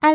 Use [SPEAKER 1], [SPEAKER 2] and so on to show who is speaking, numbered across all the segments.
[SPEAKER 1] 艾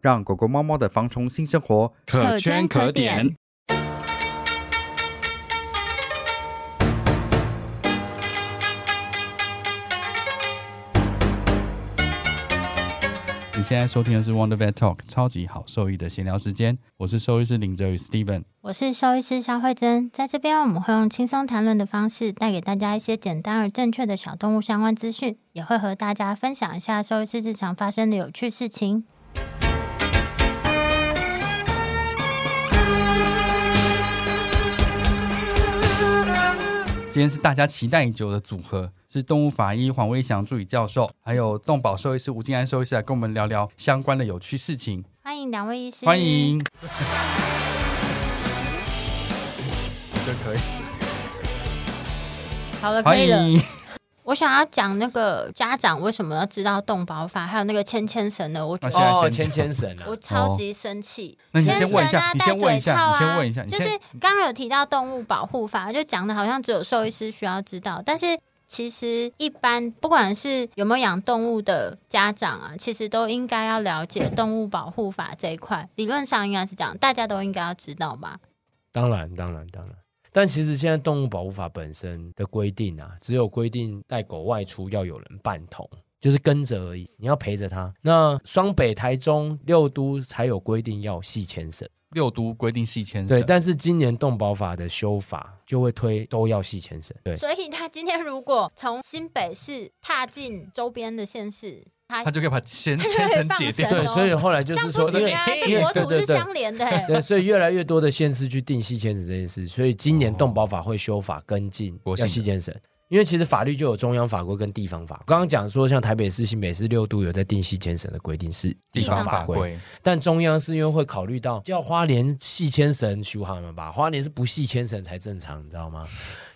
[SPEAKER 2] 让狗狗猫猫的防虫新生活。
[SPEAKER 1] 可圈可点。
[SPEAKER 3] 你现在收听的是 Wonder Vet Talk 超级好兽医的闲聊时间，我是兽医师林哲宇 Steven。
[SPEAKER 1] 我是兽医师肖慧珍，在这边我们会用轻松谈论的方式，带给大家一些简单而正确的小动物相关资讯，也会和大家分享一下兽医师日常发生的有趣事情。
[SPEAKER 3] 今天是大家期待已久的组合，是动物法医黄威翔助理教授，还有动保兽医师吴静安兽医师来跟我们聊聊相关的有趣事情。
[SPEAKER 1] 欢迎两位医师，
[SPEAKER 3] 欢 迎。就可以，
[SPEAKER 1] 好了，可
[SPEAKER 3] 欢
[SPEAKER 1] 以了。
[SPEAKER 3] 迎。
[SPEAKER 1] 我想要讲那个家长为什么要知道动保法，还有那个牵牵绳的，我觉
[SPEAKER 3] 那
[SPEAKER 1] 得
[SPEAKER 3] 现在哦
[SPEAKER 4] 哦，
[SPEAKER 3] 先
[SPEAKER 4] 牵
[SPEAKER 3] 讲
[SPEAKER 4] 牵绳啊
[SPEAKER 1] 我，超级生气。
[SPEAKER 3] 那你
[SPEAKER 1] 牵
[SPEAKER 3] 先问一
[SPEAKER 1] 绳
[SPEAKER 3] 下，
[SPEAKER 1] 啊
[SPEAKER 3] 你先问一
[SPEAKER 1] 戴
[SPEAKER 3] 下，
[SPEAKER 1] 嘴
[SPEAKER 3] 你
[SPEAKER 1] 套
[SPEAKER 3] 先
[SPEAKER 1] 啊
[SPEAKER 3] 问一下，你
[SPEAKER 1] 就
[SPEAKER 3] 先
[SPEAKER 1] 是刚刚有提到动物保护法，就讲的好像只有兽医师需要知道，但是其实一般不管是有没有养动物的家长啊，其实都应该要了解动物保护法这一块。理论上应该是这样，大家都应该要知道吧？
[SPEAKER 4] 当然当然当然。但其实现在动物保护法本身的规定啊，只有规定带狗外出要有人伴同，就是跟着而已，你要陪着它。那双北、台中六都才有规定要系牵绳，
[SPEAKER 3] 六都规定系牵
[SPEAKER 4] 对。
[SPEAKER 3] 绳，
[SPEAKER 4] 但是今年动保法的修法就会推都要系牵绳，对。
[SPEAKER 1] 所以他今天如果从新北市踏进周边的县市，他
[SPEAKER 3] 他就可以把牵
[SPEAKER 1] 他就
[SPEAKER 3] 牵
[SPEAKER 1] 可以
[SPEAKER 3] 绳
[SPEAKER 1] 放
[SPEAKER 3] 解
[SPEAKER 1] 绳
[SPEAKER 3] 掉。
[SPEAKER 4] 对，
[SPEAKER 1] 哦
[SPEAKER 4] 所以后来就
[SPEAKER 1] 这样
[SPEAKER 4] 是
[SPEAKER 1] 不
[SPEAKER 4] 说，
[SPEAKER 1] 行
[SPEAKER 4] 因为
[SPEAKER 1] 啊，
[SPEAKER 4] 因
[SPEAKER 1] 这
[SPEAKER 4] 为
[SPEAKER 1] 国
[SPEAKER 4] 对
[SPEAKER 1] 土是
[SPEAKER 4] 对对
[SPEAKER 1] 相连的、欸。
[SPEAKER 4] 对，所以越来越多的县市去定系牵绳这件事，所以今年动保法会修法跟进
[SPEAKER 3] 哦国
[SPEAKER 4] 要
[SPEAKER 3] 姓
[SPEAKER 4] 系
[SPEAKER 3] 的
[SPEAKER 4] 牵绳，因为其实法律就有中央法规跟地方法。刚刚讲说，像台北市、新北市六都有在定系牵绳的规定是
[SPEAKER 3] 地方法
[SPEAKER 4] 规，
[SPEAKER 3] 规，
[SPEAKER 4] 但中央是因为会考虑到叫花莲系牵绳修好们吧，花莲是不系牵绳才正常，你知道吗？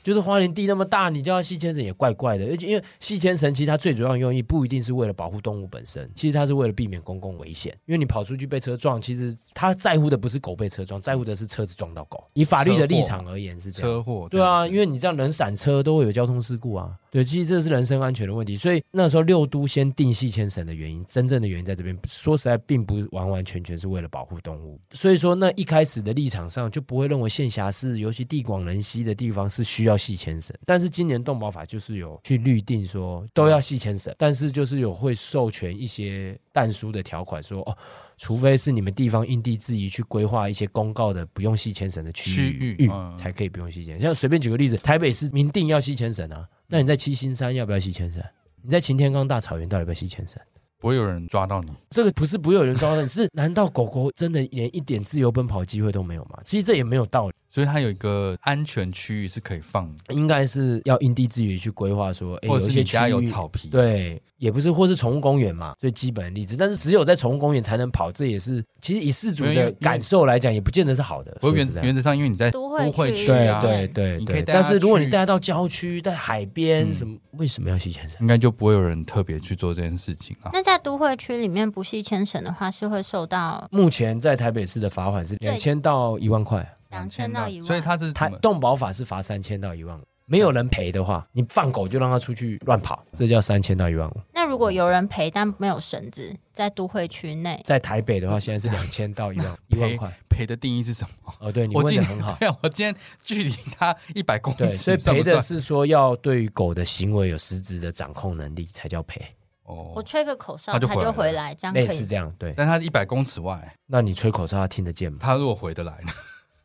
[SPEAKER 4] 就是花莲地那么大，你叫它系牵绳也怪怪的，而且因为系牵绳其实它最主要的用意不一定是为了保护动物本身，其实它是为了避免公共危险。因为你跑出去被车撞，其实它在乎的不是狗被车撞，在乎的是车子撞到狗。以法律的立场而言是这样。
[SPEAKER 3] 车祸这
[SPEAKER 4] 对啊，
[SPEAKER 3] 样子。
[SPEAKER 4] 因为你这样人闪车都会有交通事故啊。对，其实这是人身安全的问题，所以那时候六都先定系牵绳的原因，真正的原因在这边。说实在，并不完完全全是为了保护动物，所以说那一开始的立场上就不会认为县辖市，尤其地广人稀的地方是需要系牵绳。但是今年动保法就是有去律定说都要系牵绳，但是就是有会授权一些但书的条款说哦。除非是你们地方因地制宜去规划一些公告的不用系牵绳的区域，
[SPEAKER 3] 区域嗯
[SPEAKER 4] 才可以不用吸钱。像随便举个例子，台北市明定要吸钱绳啊，那你在七星山要不要吸钱绳？你在擎天岗大草原到底要不要吸钱绳？
[SPEAKER 3] 不会有人抓到你。
[SPEAKER 4] 这个不是不会有人 抓到你，是难道狗狗真的连一点自由奔跑的机会都没有吗？其实这也没有道理，
[SPEAKER 3] 所以它有一个安全区域是可以放的，
[SPEAKER 4] 应该是要因地制宜去规划说，哎，
[SPEAKER 3] 或
[SPEAKER 4] 有
[SPEAKER 3] 者是
[SPEAKER 4] 一
[SPEAKER 3] 你
[SPEAKER 4] 些区
[SPEAKER 3] 家有
[SPEAKER 4] 域
[SPEAKER 3] 草皮，，
[SPEAKER 4] 对，也不是，或是宠物公园嘛，最基本的例子。但是只有在宠物公园才能跑，这也是其实以饲主
[SPEAKER 3] 没有因为
[SPEAKER 4] 的感受来讲，也不见得是好的。
[SPEAKER 3] 不过
[SPEAKER 4] 说
[SPEAKER 3] 原
[SPEAKER 4] 实在
[SPEAKER 3] 原则上因为你在
[SPEAKER 1] 都会
[SPEAKER 3] 会
[SPEAKER 1] 区
[SPEAKER 3] 区
[SPEAKER 4] 对
[SPEAKER 3] 啊，
[SPEAKER 4] 对
[SPEAKER 3] 你
[SPEAKER 4] 对
[SPEAKER 3] 可以
[SPEAKER 4] 对，
[SPEAKER 3] 带它
[SPEAKER 4] 但是如果你
[SPEAKER 3] 去
[SPEAKER 4] 带它到郊区、在海边
[SPEAKER 3] 嗯
[SPEAKER 4] 什么，为什么要吸钱绳？
[SPEAKER 3] 应该就不会有人特别去做这件事情啊。
[SPEAKER 1] 那在都会区里面不系牵绳的话，是会受到
[SPEAKER 4] 目前在台北市的罚款是
[SPEAKER 1] 最
[SPEAKER 4] 两千到一万块，
[SPEAKER 1] 两千到一万，
[SPEAKER 3] 所以它是
[SPEAKER 4] 台
[SPEAKER 3] 怎么
[SPEAKER 4] 动保法是罚三千到一万五。没有人陪的话，你放狗就让它出去乱跑，这叫三千到一万五。
[SPEAKER 1] 那如果有人陪但没有绳子，在都会区内，
[SPEAKER 4] 在台北的话，现在是两千到 一万一万块。
[SPEAKER 3] 赔的定义是什么？
[SPEAKER 4] 哦，对你
[SPEAKER 3] 我
[SPEAKER 4] 问
[SPEAKER 3] 今
[SPEAKER 4] 的
[SPEAKER 3] 天。
[SPEAKER 4] 很好
[SPEAKER 3] 对啊，我今天距离它一百公
[SPEAKER 4] 对，
[SPEAKER 3] 尺，
[SPEAKER 4] 所以
[SPEAKER 3] 算
[SPEAKER 4] 赔
[SPEAKER 3] 不
[SPEAKER 4] 的
[SPEAKER 3] 算？
[SPEAKER 4] 是说要对于狗的行为有实质的掌控能力才叫赔，
[SPEAKER 1] 我
[SPEAKER 3] 哦，
[SPEAKER 1] 吹个口哨，
[SPEAKER 3] 他
[SPEAKER 1] 他
[SPEAKER 3] 就回来
[SPEAKER 1] 就
[SPEAKER 3] 了
[SPEAKER 1] 回来，这样可
[SPEAKER 4] 类似
[SPEAKER 1] 以。
[SPEAKER 4] 这样。对，
[SPEAKER 3] 但它一百公尺外，
[SPEAKER 4] 那你吹口哨它听得见吗？
[SPEAKER 3] 它如果回得来呢，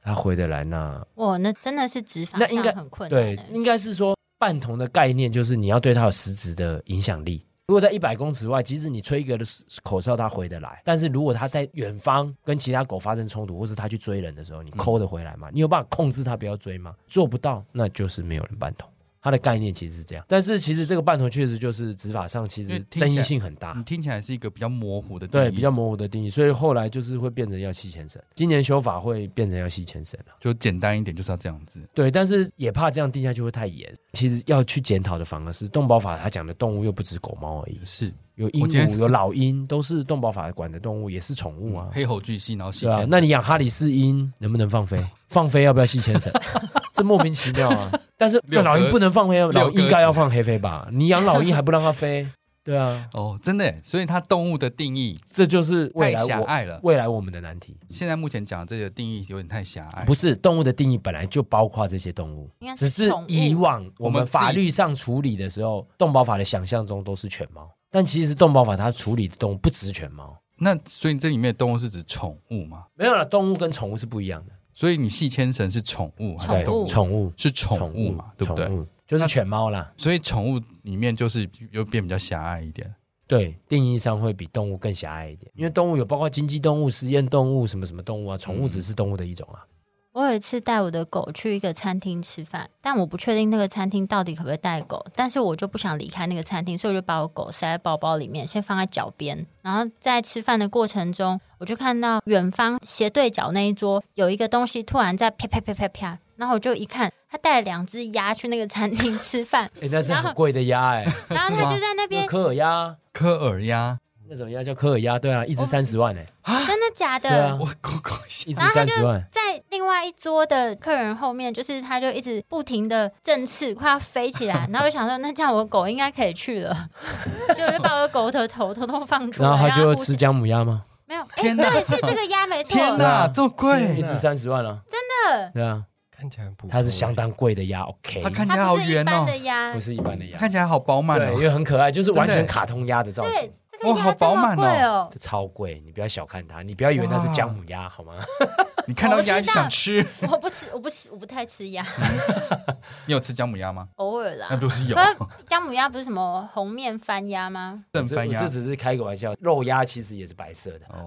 [SPEAKER 4] 它回得来那
[SPEAKER 1] 哇，那真的是执法
[SPEAKER 4] 那应
[SPEAKER 1] 上
[SPEAKER 4] 该
[SPEAKER 1] 很困难欸、
[SPEAKER 4] 对，应该是说半桶的概念就是你要对它有实质的影响力。如果在一百公尺外，即使你吹一个口哨，它回得来；但是如果它在远方跟其他狗发生冲突，或是它去追人的时候，
[SPEAKER 3] 嗯
[SPEAKER 4] 你抠得回来吗？你有办法控制它不要追吗？做不到，那就是没有人半桶。它的概念其实是这样，但是其实这个半桶确实就是执法上其
[SPEAKER 3] 因为
[SPEAKER 4] 实
[SPEAKER 3] 嗯听起来嗯
[SPEAKER 4] 争议性很大。
[SPEAKER 3] 你听起来是一个比较模糊的定义，
[SPEAKER 4] 啊对，比较模糊的定义，所以后来就是会变成要系牵绳。今年修法会变成要系牵绳了。
[SPEAKER 3] 就简单一点，就是要这样子。
[SPEAKER 4] 对，但是也怕这样定下去会太严。其实要去检讨的反而是动保法，它讲的动物又不止狗猫而已，
[SPEAKER 3] 是
[SPEAKER 4] 有鹦
[SPEAKER 3] 我今
[SPEAKER 4] 鹉、
[SPEAKER 3] 天
[SPEAKER 4] 有老鹰，都是动保法管的动物，也是宠物啊。
[SPEAKER 3] 嗯黑猴巨蜥，然后细
[SPEAKER 4] 对啊，
[SPEAKER 3] 线
[SPEAKER 4] 那你养哈里士鹰能不能放飞？放飞要不要系牵绳？ 这莫名其妙啊！但是
[SPEAKER 3] 六格
[SPEAKER 4] 老鹰不能放飞，啊老
[SPEAKER 3] 六格
[SPEAKER 4] 鹰应该要放黑飞吧？你养老鹰还不让它飞？对啊，
[SPEAKER 3] 哦，真的耶，所以它动物的定义
[SPEAKER 4] 这就是未
[SPEAKER 3] 太
[SPEAKER 4] 来
[SPEAKER 3] 狭
[SPEAKER 4] 我
[SPEAKER 3] 隘了。
[SPEAKER 4] 未来我们的难题。
[SPEAKER 3] 现在目前讲的这个定义有点太狭隘，
[SPEAKER 4] 不是动物的定义本来就包括这些动物
[SPEAKER 1] 应该，是
[SPEAKER 4] 只是
[SPEAKER 1] 宠物
[SPEAKER 4] 以往我
[SPEAKER 3] 我们
[SPEAKER 4] 们
[SPEAKER 3] 自己
[SPEAKER 4] 法律上处理的时候，动保法的想象中都是犬猫，但其实动保法它处理的动物不止犬猫，
[SPEAKER 3] 那所以这里面的动物是指宠物吗？
[SPEAKER 4] 没有了，动物跟宠物是不一样的，
[SPEAKER 3] 所以你细牵绳是宠物还
[SPEAKER 1] 宠
[SPEAKER 3] 是动
[SPEAKER 1] 物
[SPEAKER 3] 物？
[SPEAKER 4] 宠物
[SPEAKER 3] 是宠物嘛，对不？对
[SPEAKER 4] 宠？物就是犬猫啦，
[SPEAKER 3] 所以宠物里面就是又变比较狭隘一点。
[SPEAKER 4] 对，定义上会比动物更狭隘一点，因为动物有包括经济动物、实验动物什么什么动物啊，宠物只是动物的一种啊。
[SPEAKER 1] 我有一次带我的狗去一个餐厅吃饭，但我不确定那个餐厅到底可不可以带狗，但是我就不想离开那个餐厅，所以我就把我狗塞在包包里面，先放在脚边。然后在吃饭的过程中，我就看到远方斜对角那一桌有一个东西突然在啪啪啪啪啪，然后我就一看，他带了两只鸭去那个餐厅吃饭，
[SPEAKER 4] 哎，那是
[SPEAKER 1] 然
[SPEAKER 4] 很
[SPEAKER 1] 后
[SPEAKER 4] 贵的鸭哎，
[SPEAKER 1] 然后他就在嗯那
[SPEAKER 4] 那
[SPEAKER 1] 边，
[SPEAKER 4] 科尔鸭
[SPEAKER 3] 科尔鸭，
[SPEAKER 4] 那种鸭叫科尔鸭，对啊，一
[SPEAKER 1] 哦
[SPEAKER 4] 只三十万哎，
[SPEAKER 1] 真的假
[SPEAKER 4] 对啊
[SPEAKER 1] 的？
[SPEAKER 3] 我 Google 一下，
[SPEAKER 4] 一只
[SPEAKER 1] 然后它
[SPEAKER 4] 三
[SPEAKER 1] 就
[SPEAKER 4] 十万。
[SPEAKER 1] 在另外一桌的客人后面，就是他就一直不停的振翅，快要飞起 来，然后我就想说，那这样我狗应该可以去了，就我就把我的狗的头偷偷放出来，
[SPEAKER 4] 然后他就
[SPEAKER 1] 让它呼
[SPEAKER 4] 吃
[SPEAKER 1] 吸
[SPEAKER 4] 姜母鸭吗？
[SPEAKER 1] 没有，哎、
[SPEAKER 3] 天哪
[SPEAKER 1] 对，是这个鸭没错，
[SPEAKER 3] 天
[SPEAKER 4] 对啊
[SPEAKER 3] 哪，这么贵
[SPEAKER 4] 一！只三十万啊，
[SPEAKER 1] 真的，
[SPEAKER 4] 对啊，
[SPEAKER 5] 看起来很普通
[SPEAKER 4] 它是相当贵的鸭，OK，
[SPEAKER 3] 它看起来
[SPEAKER 1] 它
[SPEAKER 3] 好
[SPEAKER 1] 不是一
[SPEAKER 3] 圆
[SPEAKER 1] 般
[SPEAKER 3] 哦，
[SPEAKER 1] 的鸭，
[SPEAKER 4] 不是一般的鸭，
[SPEAKER 3] 看起来好饱满
[SPEAKER 4] 对，因
[SPEAKER 3] 哦。
[SPEAKER 4] 为很可爱，就是完全
[SPEAKER 3] 真的
[SPEAKER 4] 卡通鸭的造型
[SPEAKER 1] 对，，这个
[SPEAKER 3] 哇好
[SPEAKER 1] 鸭这
[SPEAKER 3] 饱
[SPEAKER 1] 么
[SPEAKER 3] 满哦
[SPEAKER 1] 贵哦。
[SPEAKER 4] 这超贵，你不要小看它，你不要以为那是姜母
[SPEAKER 3] 哦
[SPEAKER 4] 鸭好吗？
[SPEAKER 3] 你看到鸭就想吃，
[SPEAKER 1] 我不吃，我不吃，我不太吃鸭，
[SPEAKER 3] 你有吃姜母鸭吗？
[SPEAKER 1] 偶尔啦
[SPEAKER 3] 那。不是 有
[SPEAKER 1] 可是姜母鸭不是什么红面番鸭吗？
[SPEAKER 3] 正翻
[SPEAKER 4] 我这
[SPEAKER 3] 鸭
[SPEAKER 4] 我这？只是开个玩笑，肉鸭其实也是白色的，
[SPEAKER 3] 哦，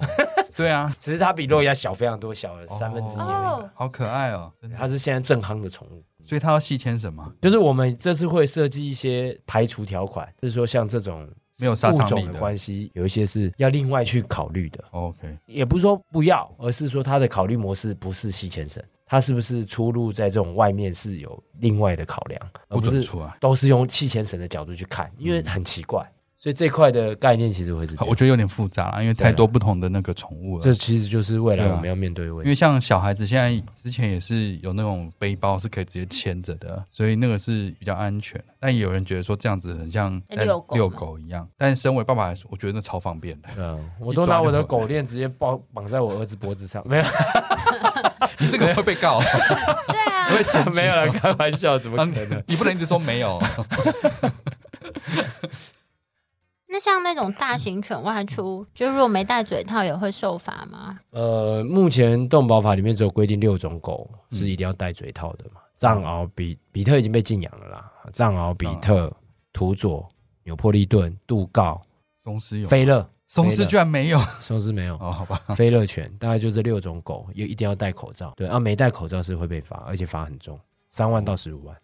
[SPEAKER 3] 对啊，
[SPEAKER 4] 只是它比肉鸭小非常多，小了三分之一而已。
[SPEAKER 1] 哦，
[SPEAKER 3] 好可爱哦。真的
[SPEAKER 4] 它是现在正夯的宠物，
[SPEAKER 3] 所以它要细牵绳吗？
[SPEAKER 4] 就是我们这次会设计一些排除条款，就是说像这种
[SPEAKER 3] 没有杀
[SPEAKER 4] 物
[SPEAKER 3] 伤力
[SPEAKER 4] 种的
[SPEAKER 3] 的
[SPEAKER 4] 关系，有一些是要另外去考虑的。
[SPEAKER 3] 哦 OK，
[SPEAKER 4] 也不是说不要，而是说他的考虑模式不是西先生，他是不是出入在这种外面是有另外的考量，
[SPEAKER 3] 呃
[SPEAKER 4] 而
[SPEAKER 3] 不
[SPEAKER 4] 不
[SPEAKER 3] 准
[SPEAKER 4] 是
[SPEAKER 3] 出来。啊嗯
[SPEAKER 4] 都是用西先生的角度去看，因为很奇怪。所以这块的概念其实会是这
[SPEAKER 3] 我
[SPEAKER 4] 样，
[SPEAKER 3] 觉得有点复杂啦，因为太多不同的那个宠物了
[SPEAKER 4] 这。其实就是未来我们要面对的问
[SPEAKER 3] 啊因
[SPEAKER 4] 题。
[SPEAKER 3] 为像小孩子现在之前也是有那种背包是可以直接牵着的，所以那个是比较安全。但也有人觉得说这样子很像哎
[SPEAKER 1] 在哎遛狗吗
[SPEAKER 3] 遛狗一样。但身为爸爸来说，我觉得那超方便的。
[SPEAKER 4] 嗯，我都拿我的狗链直接绑绑在我儿子脖子上，没有
[SPEAKER 3] 你这个会被 告，
[SPEAKER 1] 对啊，
[SPEAKER 3] 会检举
[SPEAKER 4] 没有了，开玩笑，怎么
[SPEAKER 3] 啊
[SPEAKER 4] 可能？
[SPEAKER 3] 你不能一直说没有。
[SPEAKER 1] 那像那种
[SPEAKER 4] 嗯
[SPEAKER 1] 大型犬外出，就如果没戴嘴套也会受罚吗？
[SPEAKER 4] 呃，目前动保法里面只有规定六种狗是一定要戴嘴套的
[SPEAKER 1] 嗯
[SPEAKER 4] 嘛，藏獒、比比特已经被禁养了啦，藏獒、比特、土佐、纽波利顿、杜告、
[SPEAKER 3] 松狮有，
[SPEAKER 4] 菲勒，
[SPEAKER 3] 松狮居然没有。
[SPEAKER 4] 松狮没有，
[SPEAKER 3] 哦，好吧，
[SPEAKER 4] 菲勒犬，大概就这六种狗，也一定要戴口罩。对啊，没戴口罩是会被罚，而且罚很重，三万到十五万。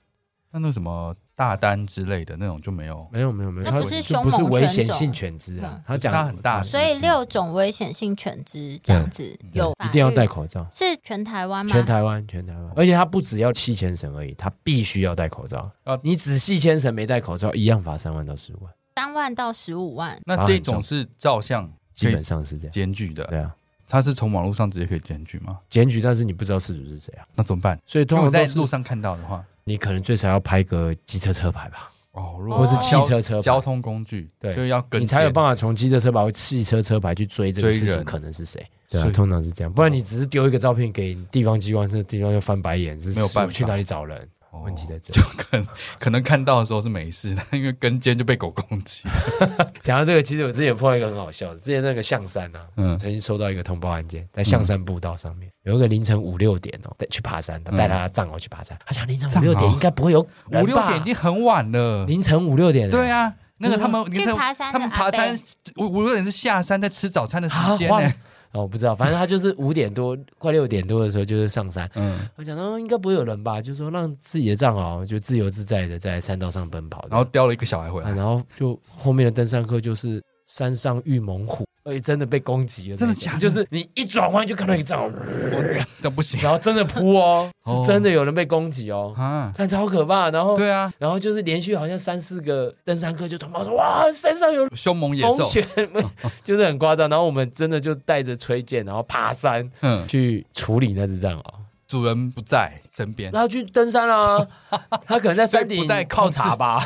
[SPEAKER 3] 那那什么大丹之类的那种就没有。
[SPEAKER 4] 没有没有没有，
[SPEAKER 1] 那
[SPEAKER 4] 它
[SPEAKER 1] 不是
[SPEAKER 4] 就不是
[SPEAKER 1] 凶猛
[SPEAKER 4] 危
[SPEAKER 1] 犬
[SPEAKER 4] 险
[SPEAKER 1] 种
[SPEAKER 4] 性犬只啦
[SPEAKER 1] 嗯，
[SPEAKER 4] 他讲
[SPEAKER 3] 它很大只
[SPEAKER 1] 所
[SPEAKER 4] 嗯
[SPEAKER 1] 以六种危险性犬只这样子
[SPEAKER 4] 对
[SPEAKER 1] 有
[SPEAKER 4] 嗯一定要
[SPEAKER 1] 法律
[SPEAKER 4] 戴，口罩。
[SPEAKER 1] 是全台湾吗？
[SPEAKER 4] 全台湾，全台湾，而且他不只要系牵绳而已，他必须要戴口罩。
[SPEAKER 3] 啊
[SPEAKER 4] 你只系牵绳没戴口罩，一样罚三万到十万，
[SPEAKER 1] 三万到十五万，
[SPEAKER 3] 那这种是照相
[SPEAKER 4] 基
[SPEAKER 3] 可
[SPEAKER 4] 本
[SPEAKER 3] 以
[SPEAKER 4] 上是这样。
[SPEAKER 3] 检举的，
[SPEAKER 4] 对啊，
[SPEAKER 3] 它是从网络上直接可以检举吗？
[SPEAKER 4] 检举，但是你不知道事主是谁啊，
[SPEAKER 3] 那怎么办？
[SPEAKER 4] 所以
[SPEAKER 3] 如
[SPEAKER 4] 通
[SPEAKER 3] 果
[SPEAKER 4] 常
[SPEAKER 3] 在
[SPEAKER 4] 都是
[SPEAKER 3] 路上看到的话，
[SPEAKER 4] 你可能最少要拍个机车车牌吧，
[SPEAKER 3] 哦，如
[SPEAKER 1] 哦
[SPEAKER 3] 果
[SPEAKER 4] 或是汽
[SPEAKER 3] 交
[SPEAKER 4] 车车
[SPEAKER 3] 交
[SPEAKER 4] 牌，
[SPEAKER 3] 通工具，
[SPEAKER 4] 对
[SPEAKER 3] 所以要跟
[SPEAKER 4] 你才有
[SPEAKER 3] 监
[SPEAKER 4] 办法从机车车牌或汽车车牌去追这个
[SPEAKER 3] 追
[SPEAKER 4] 事主
[SPEAKER 3] 人哦
[SPEAKER 4] 可能是谁。对啊
[SPEAKER 3] 所，以
[SPEAKER 4] 通常是这样，不然你只是丢一个照片给地方机关，这地方就翻白眼，这
[SPEAKER 3] 没有办法
[SPEAKER 4] 去哪里找人？问题在这
[SPEAKER 3] 就可能哦可能看到的时候是没事的， 因为跟尖就被狗攻 击。
[SPEAKER 4] 讲到这个，其实我之前有碰到一个很好笑的，之前那个象山啊，
[SPEAKER 3] 嗯
[SPEAKER 4] 曾经收到一个通报案件，在象山步道上面，有一个凌晨五六点哦，带去爬山，他带他的藏獒去爬山，他想凌晨五六
[SPEAKER 3] 嗯藏
[SPEAKER 4] 点
[SPEAKER 3] 獒
[SPEAKER 4] 应该不会有人吧
[SPEAKER 3] 五六点已经很晚了。
[SPEAKER 4] 凌晨五六点，
[SPEAKER 3] 对，啊，那个
[SPEAKER 4] 真的
[SPEAKER 3] 他们凌晨
[SPEAKER 1] 去爬山的
[SPEAKER 3] 他们爬
[SPEAKER 1] 阿伯
[SPEAKER 3] 山五五六点是下山在吃早餐的时间
[SPEAKER 4] 啊
[SPEAKER 3] 呢
[SPEAKER 4] 哇。哦，我不知道，反正他就是五点多，快六点多的时候就是上山，
[SPEAKER 3] 嗯，
[SPEAKER 4] 我想说应该不会有人吧，就说让自己的藏獒就自由自在的在山道上奔跑，
[SPEAKER 3] 然后叼了一个小孩回
[SPEAKER 4] 啊，
[SPEAKER 3] 来，
[SPEAKER 4] 然后就后面的登山客就是山上遇猛虎，而且真的被攻击了那种，
[SPEAKER 3] 真的假的
[SPEAKER 4] 就是你一转弯就看到一个藏獒，
[SPEAKER 3] 我 这不 行
[SPEAKER 4] 然后真的扑哦，
[SPEAKER 3] 哦
[SPEAKER 4] 是真的有人被攻击哦，
[SPEAKER 3] 啊！
[SPEAKER 4] 看超可怕。然后，
[SPEAKER 3] 对啊，
[SPEAKER 4] 然后就是连续好像三四个登山客就通报说，哇，山上有
[SPEAKER 3] 凶猛野
[SPEAKER 4] 猛
[SPEAKER 3] 兽，
[SPEAKER 4] 犬， 就是很夸张。然后我们真的就带着吹箭，然后爬山
[SPEAKER 3] 嗯，
[SPEAKER 4] 去处理那只藏獒，
[SPEAKER 3] 主人不在身 边，
[SPEAKER 4] 然后啊去登 山啊，他可能在
[SPEAKER 3] 所
[SPEAKER 4] 山
[SPEAKER 3] 以不
[SPEAKER 4] 顶
[SPEAKER 3] 在
[SPEAKER 4] 靠
[SPEAKER 3] 控制
[SPEAKER 4] 茶吧。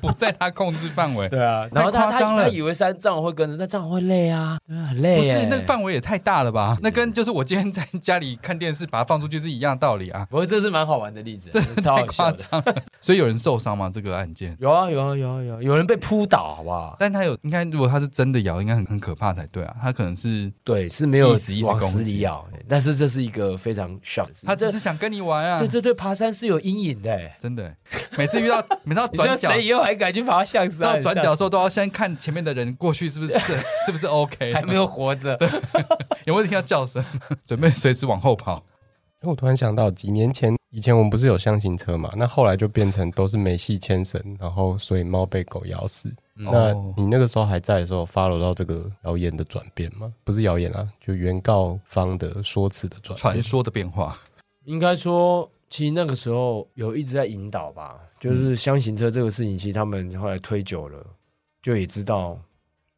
[SPEAKER 3] 不在他控制范围。
[SPEAKER 4] 对啊，然后他
[SPEAKER 3] 太
[SPEAKER 4] 他
[SPEAKER 3] 夸张了
[SPEAKER 4] 他以为山藏獒会跟着，那藏獒会累啊，对啊，很累
[SPEAKER 3] 不
[SPEAKER 4] 耶。
[SPEAKER 3] 是，那范围也太大了吧？那跟就是我今天在家里看电视，把它放出去是一样道理啊，
[SPEAKER 4] 不过这是蛮好玩的例 子，超
[SPEAKER 3] 太
[SPEAKER 4] 好笑
[SPEAKER 3] 夸
[SPEAKER 4] 的。
[SPEAKER 3] 张 了。所以有人受伤吗？这个案件？
[SPEAKER 4] 有啊有啊有啊有啊，有人被扑倒，好不好？
[SPEAKER 3] 但他有，应该如果他是真的咬，应该很很可怕才对啊。他可能是
[SPEAKER 4] 对，是没有
[SPEAKER 3] 一直一直
[SPEAKER 4] 往
[SPEAKER 3] 攻
[SPEAKER 4] 死里
[SPEAKER 3] 击
[SPEAKER 4] 咬，欸但是这是一个非常 shock，
[SPEAKER 3] 他
[SPEAKER 4] 这
[SPEAKER 3] 只是想跟你玩啊
[SPEAKER 4] 对，这对爬山是有阴影的欸。
[SPEAKER 3] 真的。每次遇到每到
[SPEAKER 4] 你知道
[SPEAKER 3] 转角
[SPEAKER 4] 谁以啊后还敢去爬象
[SPEAKER 3] 到
[SPEAKER 4] 山？
[SPEAKER 3] 转角的时候，都要先看前面的人过去是 不是是是不是 OK，
[SPEAKER 4] 还没有活着，
[SPEAKER 3] 有没有听到叫声， 准备随时往后跑。
[SPEAKER 5] 因为我突然想到，几年前以前我们不是有箱型车嘛？那后来就变成都是没系牵绳，然后所以猫被狗咬死。那
[SPEAKER 3] 哦
[SPEAKER 5] 你那个时候还在的时候，follow 到这个谣言的转变吗？不是谣言啊，就原告方的说辞的转
[SPEAKER 3] 传
[SPEAKER 5] 变。
[SPEAKER 3] 说的变化，
[SPEAKER 4] 应该说。其实那个时候有一直在引导吧，就是箱型车这个事情，其实他们后来推久了，就也知道